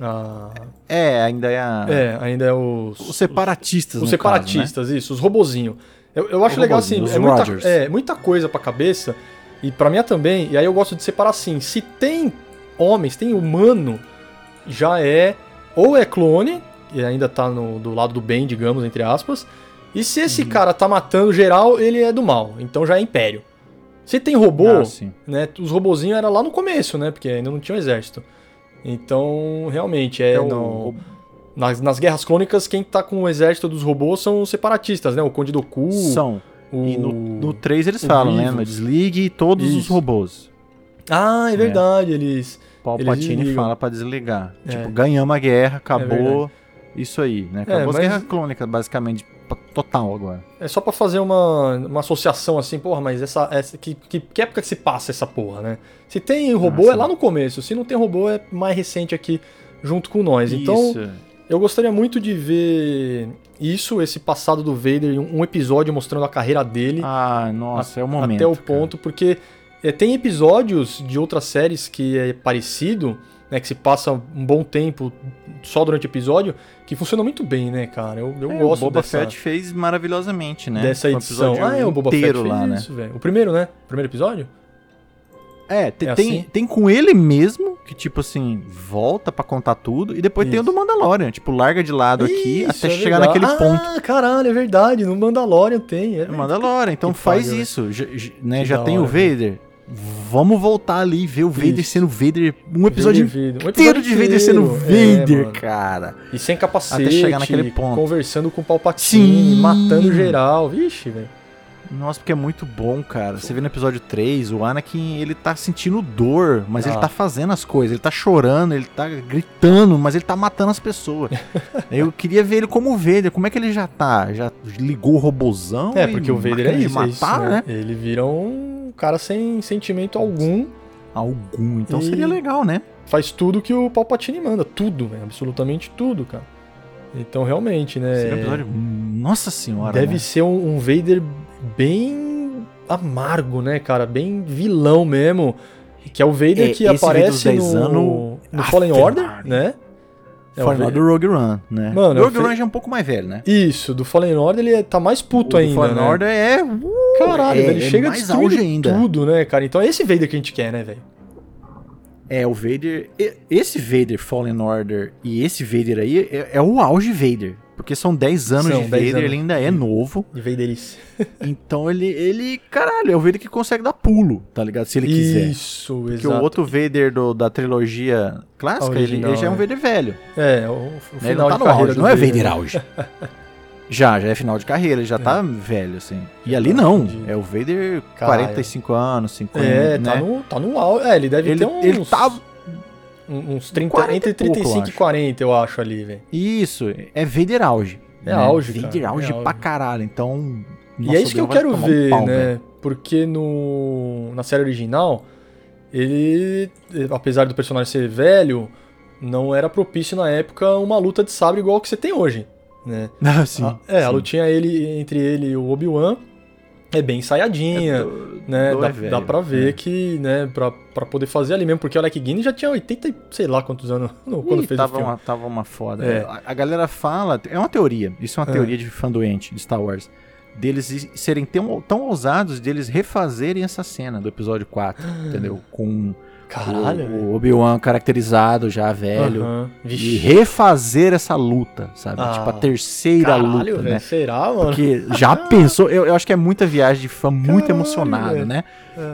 A: A-
B: É, ainda é a...
A: é, ainda é os.
B: Os separatistas,
A: Os
B: no caso, né?
A: separatistas, isso, os robozinhos. Eu, eu acho
B: Os
A: legal assim,
B: robozinhos,
A: é
B: os
A: muita,
B: Rogers.
A: é muita coisa pra cabeça, e pra minha também, e aí eu gosto de separar assim: se tem homens, tem humano, já é. Ou é clone, e ainda tá no, do lado do bem, digamos, entre aspas, e se esse
B: Uhum.
A: cara tá matando geral, ele é do mal, então já é império. Se tem robô,
B: Ah, sim.
A: né? Os robozinhos era lá no começo, né? Porque ainda não tinha um exército. Então, realmente, é.
B: É o-
A: não- nas, nas guerras crônicas, quem tá com o exército dos robôs são os separatistas, né? O Conde do Cu.
B: São.
A: o...
B: E no, no 3 eles
A: o
B: falam, né?
A: Grievous.
B: No desligue todos os
A: Isso.
B: robôs.
A: Ah, é verdade, eles.
B: O
A: Eles
B: Palpatine
A: desligam.
B: fala pra desligar.
A: É.
B: Tipo, ganhamos a guerra, acabou
A: verdade. É,
B: isso aí, né? Acabou as
A: mas-
B: guerras clônicas, basicamente, pa- total agora.
A: É só pra fazer uma, uma associação assim, porra, mas essa. essa que, que, que época que se passa essa porra, né? Se tem robô,
B: Nossa.
A: é lá no começo. Se não tem robô, é mais recente aqui junto com nós. Então,
B: Isso.
A: Eu gostaria muito de ver isso, esse passado do Vader, em um episódio mostrando a carreira dele
B: Ah, nossa, é o momento.
A: até o
B: cara.
A: ponto, porque é, tem episódios de outras séries que é parecido, né, que se passa um bom tempo só durante o episódio, que funciona muito bem, né, cara? Eu, eu
B: É,
A: gosto
B: o Boba
A: dessa,
B: Fett fez maravilhosamente, né?
A: dessa
B: Foi um
A: edição.
B: episódio
A: Ah, é o Boba Fett
B: inteiro
A: fez
B: lá, né?
A: isso, velho. O primeiro, né? O primeiro episódio?
B: É, te-
A: É
B: tem,
A: assim?
B: tem com ele mesmo, que tipo assim, volta pra contar tudo, e depois tem o
A: Isso.
B: do Mandalorian, tipo, larga de lado aqui
A: Isso,
B: até
A: é
B: chegar
A: verdade.
B: naquele ponto.
A: Ah, caralho, é verdade. No Mandalorian tem. É,
B: É Mandalorian, então
A: que
B: faz
A: pariu,
B: isso, já, já- né,
A: Que
B: já
A: da
B: tem o
A: hora,
B: Vader, vamos voltar ali e ver o Vader
A: Isso.
B: sendo Vader, um episódio
A: Vader. Um
B: inteiro de Vader sendo
A: É,
B: Vader,
A: mano.
B: cara.
A: E sem capacete,
B: Até chegar naquele ponto.
A: conversando com o Palpatine,
B: Sim.
A: matando geral. Vixe, velho.
B: Nossa, porque é muito bom, cara. Você vê no episódio 3, o Anakin, ele tá sentindo dor, mas ele
A: Ah.
B: tá fazendo as coisas, ele tá chorando, ele tá gritando, mas ele tá matando as pessoas. Eu queria ver ele como o Vader, como é que ele já tá? Já ligou o robozão?
A: É,
B: e
A: porque o Vader é
B: máquina um de
A: isso, é isso,
B: matar,
A: né? Ele vira um cara sem sentimento algum,
B: Algum, então
A: E-
B: seria legal, né?
A: faz tudo que o Palpatine manda, tudo, velho, absolutamente tudo, cara. Então, realmente, né?
B: Seria um episódio... Nossa senhora,
A: deve
B: né?
A: ser um, um Vader bem amargo, né, cara? Bem vilão mesmo. Que é o Vader
B: É,
A: que
B: esse Vader dos
A: aparece
B: 10
A: no,
B: anos-
A: no Fallen
B: After
A: Order,
B: Party.
A: né? É o
B: Foi lá
A: Vader-
B: do Rogue Run, né?
A: Mano,
B: o Rogue
A: eu fe-
B: Run já é um pouco mais velho, né?
A: Isso, do Fallen Order ele tá mais puto
B: o
A: ainda.
B: do Fallen
A: né?
B: Order é... uh,
A: Caralho,
B: é-
A: velho, ele
B: é
A: chega
B: mais
A: destruindo
B: auge ainda.
A: tudo, né, cara? Então é esse Vader que a gente quer, né, velho?
B: É, o Vader. e- Esse Vader Fallen Order e esse Vader aí é, é o auge Vader. Porque são 10 anos
A: São
B: de
A: 10
B: Vader,
A: anos.
B: ele ainda é novo.
A: De Vaderice.
B: Então ele, ele. Caralho, é o Vader que consegue dar pulo, tá ligado? Se ele quiser.
A: Isso,
B: Porque
A: exato.
B: o outro Vader do- da trilogia clássica, ele-
A: Original,
B: ele já é um
A: né?
B: Vader velho.
A: É, o, o
B: Né? Ele
A: final
B: não tá
A: de
B: no
A: carreira
B: auge,
A: do
B: não é Vader auge. já, já é final de carreira, ele já tá velho, assim. E ali não,
A: Entendi.
B: é o Vader
A: tá Caralho.
B: 45 anos, 50,
A: É,
B: né?
A: tá, no, tá no auge. É, ele deve
B: Ele,
A: ter uns...
B: ele tá
A: um- uns 30,
B: 40 e
A: entre
B: pouco, eu
A: 35 e
B: acho.
A: 40, eu acho, ali, velho.
B: Isso, é Vader auge.
A: É auge, cara,
B: Vader
A: é
B: auge
A: auge.
B: pra caralho, então...
A: E
B: nossa,
A: é isso que
B: o
A: eu
B: Deus
A: quero
B: vai tomar um
A: ver,
B: pau,
A: né?
B: velho.
A: Porque no, na série original, ele, apesar do personagem ser velho, não era propício na época uma luta de sabre igual que você tem hoje, né?
B: Ah, sim,
A: A- é, a
B: sim.
A: lutinha ele, entre ele e o Obi-Wan É bem ensaiadinha,
B: É do-
A: né?
B: do
A: dá,
B: é velho,
A: dá pra ver
B: é.
A: que, né, pra, pra poder fazer ali mesmo, porque o Alec Guinness já tinha 80 e sei lá quantos anos no- quando
B: Ih,
A: fez o
B: tava,
A: filme.
B: uma, tava uma foda. né?
A: É.
B: A, a galera fala, é uma teoria, isso é uma
A: Ah.
B: teoria de fã doente de Star Wars, deles i- serem tão, tão ousados deles refazerem essa cena do episódio 4, entendeu? Com
A: Caralho,
B: o-
A: velho.
B: o, Obi-Wan caracterizado já velho.
A: Aham. Vixe.
B: E refazer essa luta, sabe?
A: Ah,
B: tipo, a terceira
A: Caralho,
B: luta,
A: velho,
B: né?
A: Será, mano?
B: Porque já pensou, eu, eu acho que é muita viagem de fã muito
A: Caralho,
B: emocionada,
A: velho. É.
B: né?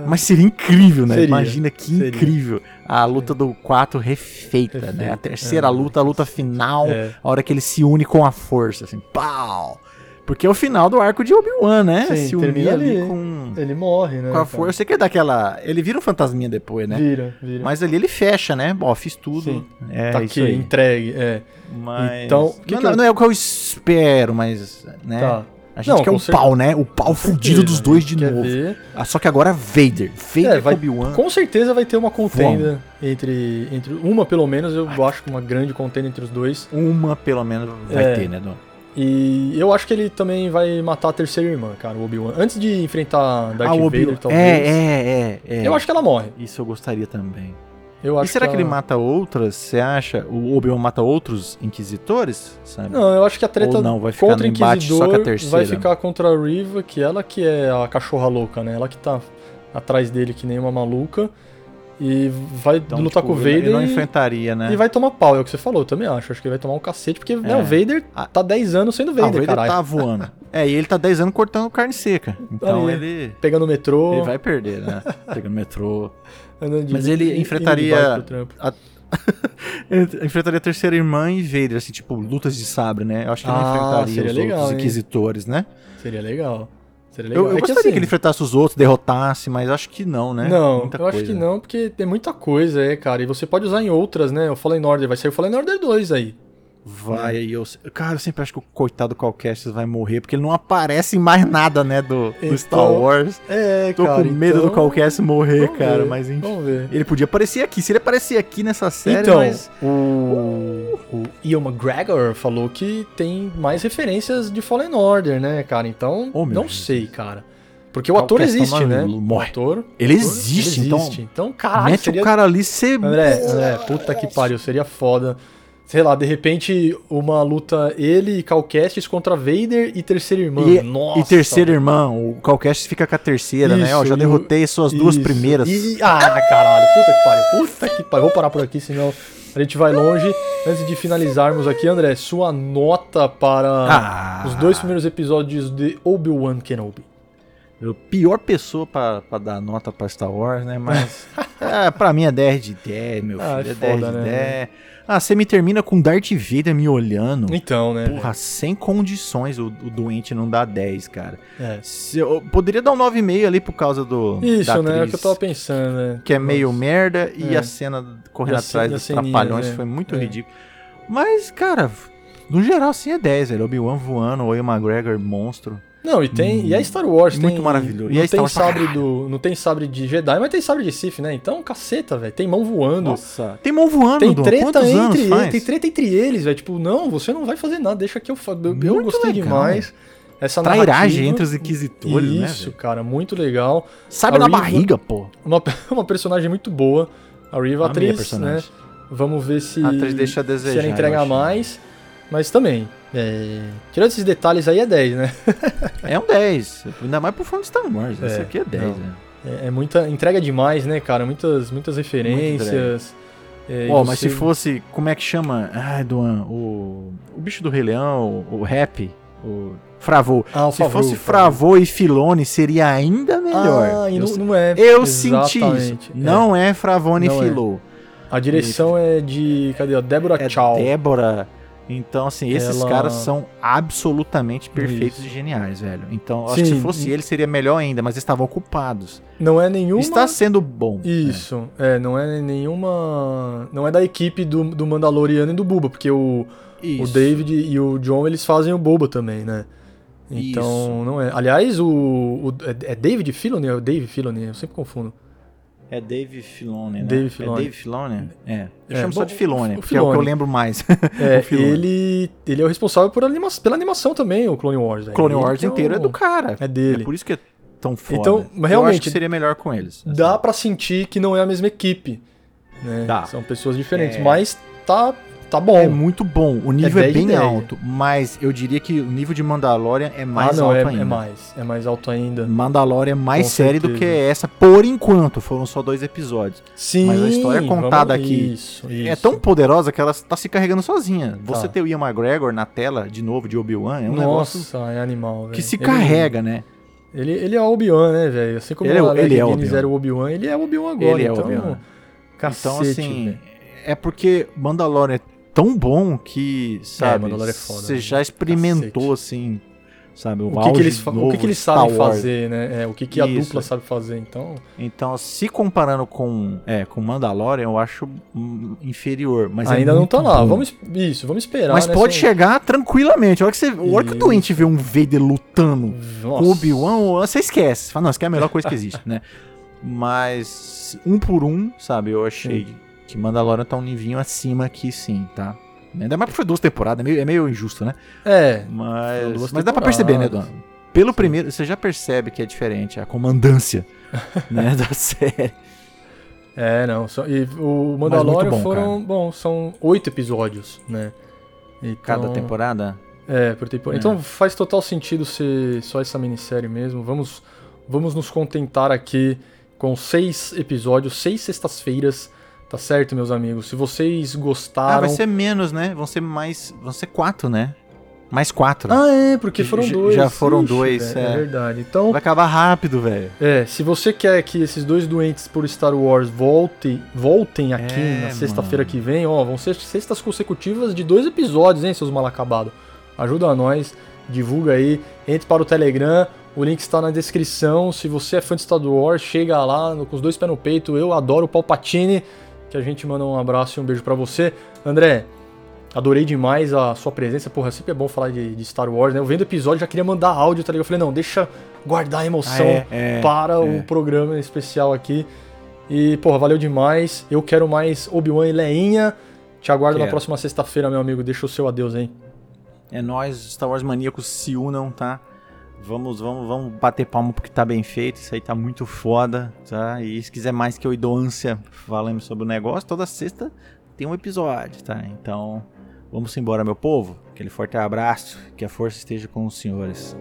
B: Mas seria incrível, né?
A: Seria,
B: Imagina que
A: seria.
B: incrível. A luta do 4 refeita, né?
A: Refeita,
B: A terceira
A: é.
B: luta, a luta final,
A: É.
B: a hora que ele se une com a força, assim, pau! Porque é o final do arco de Obi-Wan, né?
A: Sim,
B: se unir
A: termina
B: ali
A: ali.
B: com,
A: Ele morre, né?
B: com
A: cara?
B: a força, que é daquela. Ele vira um fantasminha depois, né?
A: Vira, vira.
B: Mas ali ele fecha, né? Ó, fiz tudo.
A: Sim.
B: É,
A: tá
B: isso
A: aqui,
B: aí.
A: entregue. É.
B: Mas...
A: Então, o que
B: não,
A: que
B: não-
A: eu-
B: não é o que eu espero, mas. Né?
A: Tá.
B: A gente
A: Não,
B: quer
A: com
B: o
A: certeza.
B: pau, né? O pau fudido dos dois de
A: Quer
B: novo.
A: ver?
B: Ah, só que agora Vader. Vader
A: É, vai-
B: com Obi-Wan.
A: Com certeza vai ter uma contenda entre, entre. Uma, pelo menos, eu acho que uma grande contenda entre os dois.
B: Uma, pelo menos, vai
A: É.
B: ter, né, Dom?
A: E eu acho que ele também vai matar a terceira irmã, cara, o Obi-Wan. Antes de enfrentar Darth
B: Ah,
A: Vader,
B: o Obi-Wan.
A: talvez.
B: É, é, é, é.
A: Eu acho que ela morre.
B: Isso eu gostaria também.
A: Eu acho
B: e será que, ele
A: ela-
B: mata outras? Você acha? O Obi-Wan mata outros inquisitores? Sabe?
A: Não, eu acho que a treta
B: Ou não, vai ficar
A: contra o
B: no embate só com a
A: Inquisidor vai
B: terceira.
A: ficar contra a Riva, que ela que é a cachorra louca, né? Ela que tá atrás dele que nem uma maluca. E vai
B: Então,
A: lutar
B: tipo,
A: com o
B: ele-
A: Vader
B: Ele não
A: e-
B: enfrentaria, né?
A: e vai tomar pau, é o que você falou, eu também acho. Acho que ele vai tomar um cacete, porque né,
B: É.
A: o Vader
B: Ah.
A: tá 10 anos sendo
B: Ah, o
A: Vader, caralho.
B: tá voando. É, e ele tá 10 anos cortando carne seca. Então
A: Aí.
B: ele,
A: Pegando o metrô,
B: ele vai perder, né? Pegando metrô.
A: andando de
B: Mas ele
A: indo de
B: enfrentaria-
A: bike pro trampo.
B: Ele enfrentaria a terceira irmã e Vader, assim, tipo, lutas de sabre, né? Eu acho que ele não
A: Ah,
B: enfrentaria
A: seria
B: os
A: legal,
B: outros
A: hein?
B: inquisitores, né?
A: Seria legal. Seria legal.
B: Eu, eu
A: É que
B: gostaria que,
A: assim,
B: ele enfrentasse os outros, derrotasse, mas acho que não, né?
A: Não,
B: Muita
A: eu acho
B: coisa.
A: que não, porque tem muita coisa, é, cara. E você pode usar em outras, né? O Fallen Order, vai sair o Fallen Order 2 aí.
B: Vai, aí eu. Cara, eu sempre acho que o coitado Calcast vai morrer, porque ele não aparece em mais nada, né, do, do
A: Então,
B: Star Wars.
A: É,
B: Tô com medo do Calcast morrer,
A: vamos
B: cara,
A: ver,
B: mas enfim.
A: Vamos ver.
B: Ele podia aparecer aqui. Se ele aparecer aqui nessa série,
A: então,
B: mas.
A: o, o Ian McGregor falou que tem mais referências de Fallen Order, né, cara? Então,
B: Oh, meu
A: não
B: Jesus.
A: sei, cara. Porque o ator
B: Calcast
A: existe, né?
B: maluco, morre.
A: O ator,
B: Ele
A: o ator,
B: existe, então.
A: Então, caralho,
B: mete
A: seria...
B: o cara ali, você.
A: André, André, puta que pariu, seria foda. Sei lá, de repente, uma luta ele e Calcastes contra Vader e terceira irmã.
B: E-
A: Nossa,
B: e terceira irmã, o Calcast fica com a terceira, né? Eu
A: Isso,
B: já
A: e o-
B: derrotei suas duas
A: Isso.
B: primeiras.
A: E- ah, caralho. Puta que pariu. Puta que pariu. Vou parar por aqui, senão a gente vai longe. Antes de finalizarmos aqui, André, sua nota para
B: Ah,
A: os dois primeiros episódios de Obi-Wan Kenobi.
B: Eu, pior pessoa pra, pra dar nota pra Star Wars, né? Mas. é, pra mim é 10 de 10, meu
A: Ah,
B: filho.
A: é
B: é 10
A: foda,
B: de
A: né?
B: 10. Ah, você me termina com Darth Vader me olhando.
A: Então, né?
B: Porra, sem condições o, o doente não dá 10, cara.
A: É.
B: Se eu, eu poderia dar um 9,5 ali por causa do. da
A: Isso, né? É o
B: atriz,
A: que eu tava pensando, né?
B: que é meio merda. E
A: É.
B: a cena correndo
A: E a ce-
B: atrás
A: e a
B: dos
A: ceninha,
B: trapalhões
A: né?
B: foi muito
A: É.
B: ridículo. Mas, cara, no geral, assim é 10, velho. Obi-Wan voando, Owen McGregor, monstro.
A: Não, e tem. E a Star Wars tem.
B: Hum, Muito maravilhoso. E
A: Não
B: a Star
A: tem,
B: Wars pra
A: sabre do, não tem sabre de Jedi, mas tem sabre de Sith, né? Então, caceta, velho. Tem mão voando.
B: Nossa. Tem mão voando,
A: Tem
B: Dom.
A: treta
B: Quantos anos
A: entre
B: faz?
A: eles, tem treta entre eles, velho. Tipo, não, você não vai fazer nada, deixa que eu faço. Eu, eu
B: Muito
A: gostei
B: legal.
A: demais. Essa
B: Trairagem
A: narrativa.
B: entre os inquisitores, né?
A: Isso,
B: velho?
A: cara, muito legal.
B: Sabe
A: A
B: na
A: Riva-
B: barriga, pô.
A: Uma, uma personagem muito boa. A Riva,
B: Amei a
A: atriz, né?
B: personagem.
A: Vamos ver se,
B: A atriz deixa a
A: se
B: desejar.
A: ela entrega
B: eu acho.
A: mais. Mas também, é, tirando esses detalhes aí, é 10, né?
B: É um 10. Ainda mais pro fã de Star Wars.
A: É,
B: Esse aqui é 10,
A: não.
B: né?
A: É, é muita. Entrega demais, né, cara? Muitas, muitas referências. É, e
B: Ó, mas
A: você-
B: se fosse, como é que chama? Ai, Duan, o, o bicho do Rei Leão, o, o rap, o Fravô.
A: Ah, o
B: Se
A: Favreau,
B: fosse
A: o Favreau.
B: Fravô e Filone, seria ainda melhor.
A: Ah, e
B: eu
A: não, não é.
B: eu senti
A: Exatamente,
B: isso.
A: é.
B: Não é Fravone e
A: Não é.
B: Filou.
A: A direção é de. Cadê? A Débora
B: é
A: Chow.
B: Débora. Então, assim, esses
A: Ela-
B: caras são absolutamente perfeitos
A: Isso.
B: e geniais, velho. Então, eu acho que
A: Sim,
B: se fosse
A: e-
B: ele, seria melhor ainda, mas eles estavam ocupados.
A: Não é nenhuma.
B: Está sendo bom.
A: Isso, é. não é nenhuma. Não é da equipe do, do Mandaloriano e do Buba, porque o,
B: É.
A: o
B: Isso.
A: David e o John eles fazem o Boba também, né? Então, não é. Aliás, o. o- é- é David Filoni? É o Dave Filoni, eu sempre confundo.
B: É Dave Filone, né?
A: Dave
B: É
A: Filoni.
B: Dave Filone? É. Eu
A: É,
B: chamo só
A: bom,
B: de Filone,
A: o
B: porque é o que eu
A: Filoni.
B: lembro mais.
A: É,
B: O Filoni.
A: ele, ele é o responsável por anima- pela animação também, o Clone Wars. velho.
B: Clone
A: Ele
B: Wars
A: que o-
B: inteiro é do cara.
A: É dele.
B: É por isso que é tão foda.
A: Então,
B: Eu acho que
A: realmente,
B: seria melhor com eles. assim.
A: Dá pra sentir que não é a mesma equipe. né?
B: Dá.
A: São pessoas diferentes,
B: É.
A: mas tá, tá bom.
B: É muito bom. O nível
A: 10
B: é,
A: de
B: bem
A: 10.
B: alto, mas eu diria que o nível de Mandalorian é mais
A: ah, não,
B: alto
A: é,
B: ainda.
A: é mais. É mais alto ainda.
B: Mandalorian é mais
A: Com
B: série do que
A: certeza.
B: essa, por enquanto. Foram só dois episódios.
A: Sim.
B: Mas a história é contada
A: vamos-
B: aqui
A: Isso, isso.
B: É tão poderosa que ela tá se carregando sozinha. Você
A: Tá.
B: ter o Ian McGregor na tela, de novo, de Obi-Wan, é um
A: Nossa,
B: negócio
A: é animal, velho.
B: que se
A: Ele-
B: carrega, né?
A: Ele, ele é o Obi-Wan, né, velho? Assim como
B: Ele é o-
A: o Alec
B: ele é o
A: Guinness
B: Obi-Wan.
A: era o Obi-Wan, ele é o Obi-Wan agora.
B: Ele é o
A: então,
B: Obi-Wan.
A: Cacete,
B: então, assim,
A: velho.
B: é porque Mandalorian é tão bom que, sabe,
A: Mandalorian é foda,
B: você
A: né?
B: já experimentou, assim, sabe, o,
A: O que, que
B: auge
A: eles, fa- o
B: novo
A: que, que eles
B: de Star
A: sabem
B: Wars.
A: fazer, né? É, o que, que a
B: Isso.
A: dupla sabe fazer, então.
B: Então, se comparando com, é, com Mandalorian, eu acho hum, inferior, mas é
A: ainda não tá
B: muito
A: lá.
B: bom.
A: Vamos, isso, vamos esperar.
B: Mas
A: né,
B: pode
A: são-
B: chegar tranquilamente. A hora que, você, a hora que o doente vê um Vader lutando
A: Nossa.
B: com Obi-Wan, você esquece. Você Fala, não, isso aqui é a melhor coisa que existe, né? Mas um por um, sabe? Eu achei que Mandalorian tá um nível acima aqui sim, tá? Ainda mais porque foi duas temporadas, é meio, é meio injusto, né?
A: É, Foram
B: Mas,
A: duas
B: mas dá pra perceber, né, Dona?
A: temporadas.
B: Pelo primeiro, você já percebe que é diferente a comandância né, da série.
A: é, não. só- e o
B: muito
A: Mandalorian
B: bom,
A: foram. Bom, são oito episódios, né? Então-
B: Cada temporada.
A: É, por temporada.
B: É.
A: Então faz total sentido ser só essa minissérie mesmo. Vamos, vamos nos contentar aqui com seis episódios, seis sextas-feiras, tá certo, meus amigos? Se vocês
B: Ah,
A: gostaram.
B: vai ser menos, né? Vão ser mais. Vão ser quatro, né? Mais quatro.
A: Ah, é, porque foram
B: Já-
A: dois.
B: já foram
A: Ixi,
B: dois,
A: velho, é.
B: é.
A: verdade. Então,
B: Vai acabar rápido, velho.
A: é, se você quer que esses dois doentes por Star Wars voltem, voltem aqui
B: É,
A: na sexta-feira
B: mano.
A: que vem, ó, vão ser sextas consecutivas de dois episódios, hein, seus mal acabados. Ajuda a nós, divulga aí, entre para o Telegram, o link está na descrição. Se você é fã de Star Wars, chega lá no- com os dois pés no peito. Eu adoro o Palpatine, que a gente manda um abraço e um beijo pra você. André, Adorei demais a sua presença. Porra, sempre é bom falar de, de Star Wars, né? Eu vendo o episódio já queria mandar áudio, tá ligado? Eu falei, não, deixa guardar a emoção
B: Ah, é, é,
A: para
B: é.
A: o programa especial aqui. E, porra, valeu demais. Eu quero mais Obi-Wan e Leinha. Te aguardo na
B: Quero.
A: próxima sexta-feira, meu amigo. Deixa o seu adeus, hein?
B: É nós, Star Wars maníacos se unam, tá? Vamos, vamos, vamos bater palma porque tá bem feito. Isso aí tá muito foda, tá? E se quiser mais que eu e do ânsia falando sobre o negócio, toda sexta tem um episódio, tá? Então, vamos embora, meu povo. Aquele forte abraço. Que a força esteja com os senhores.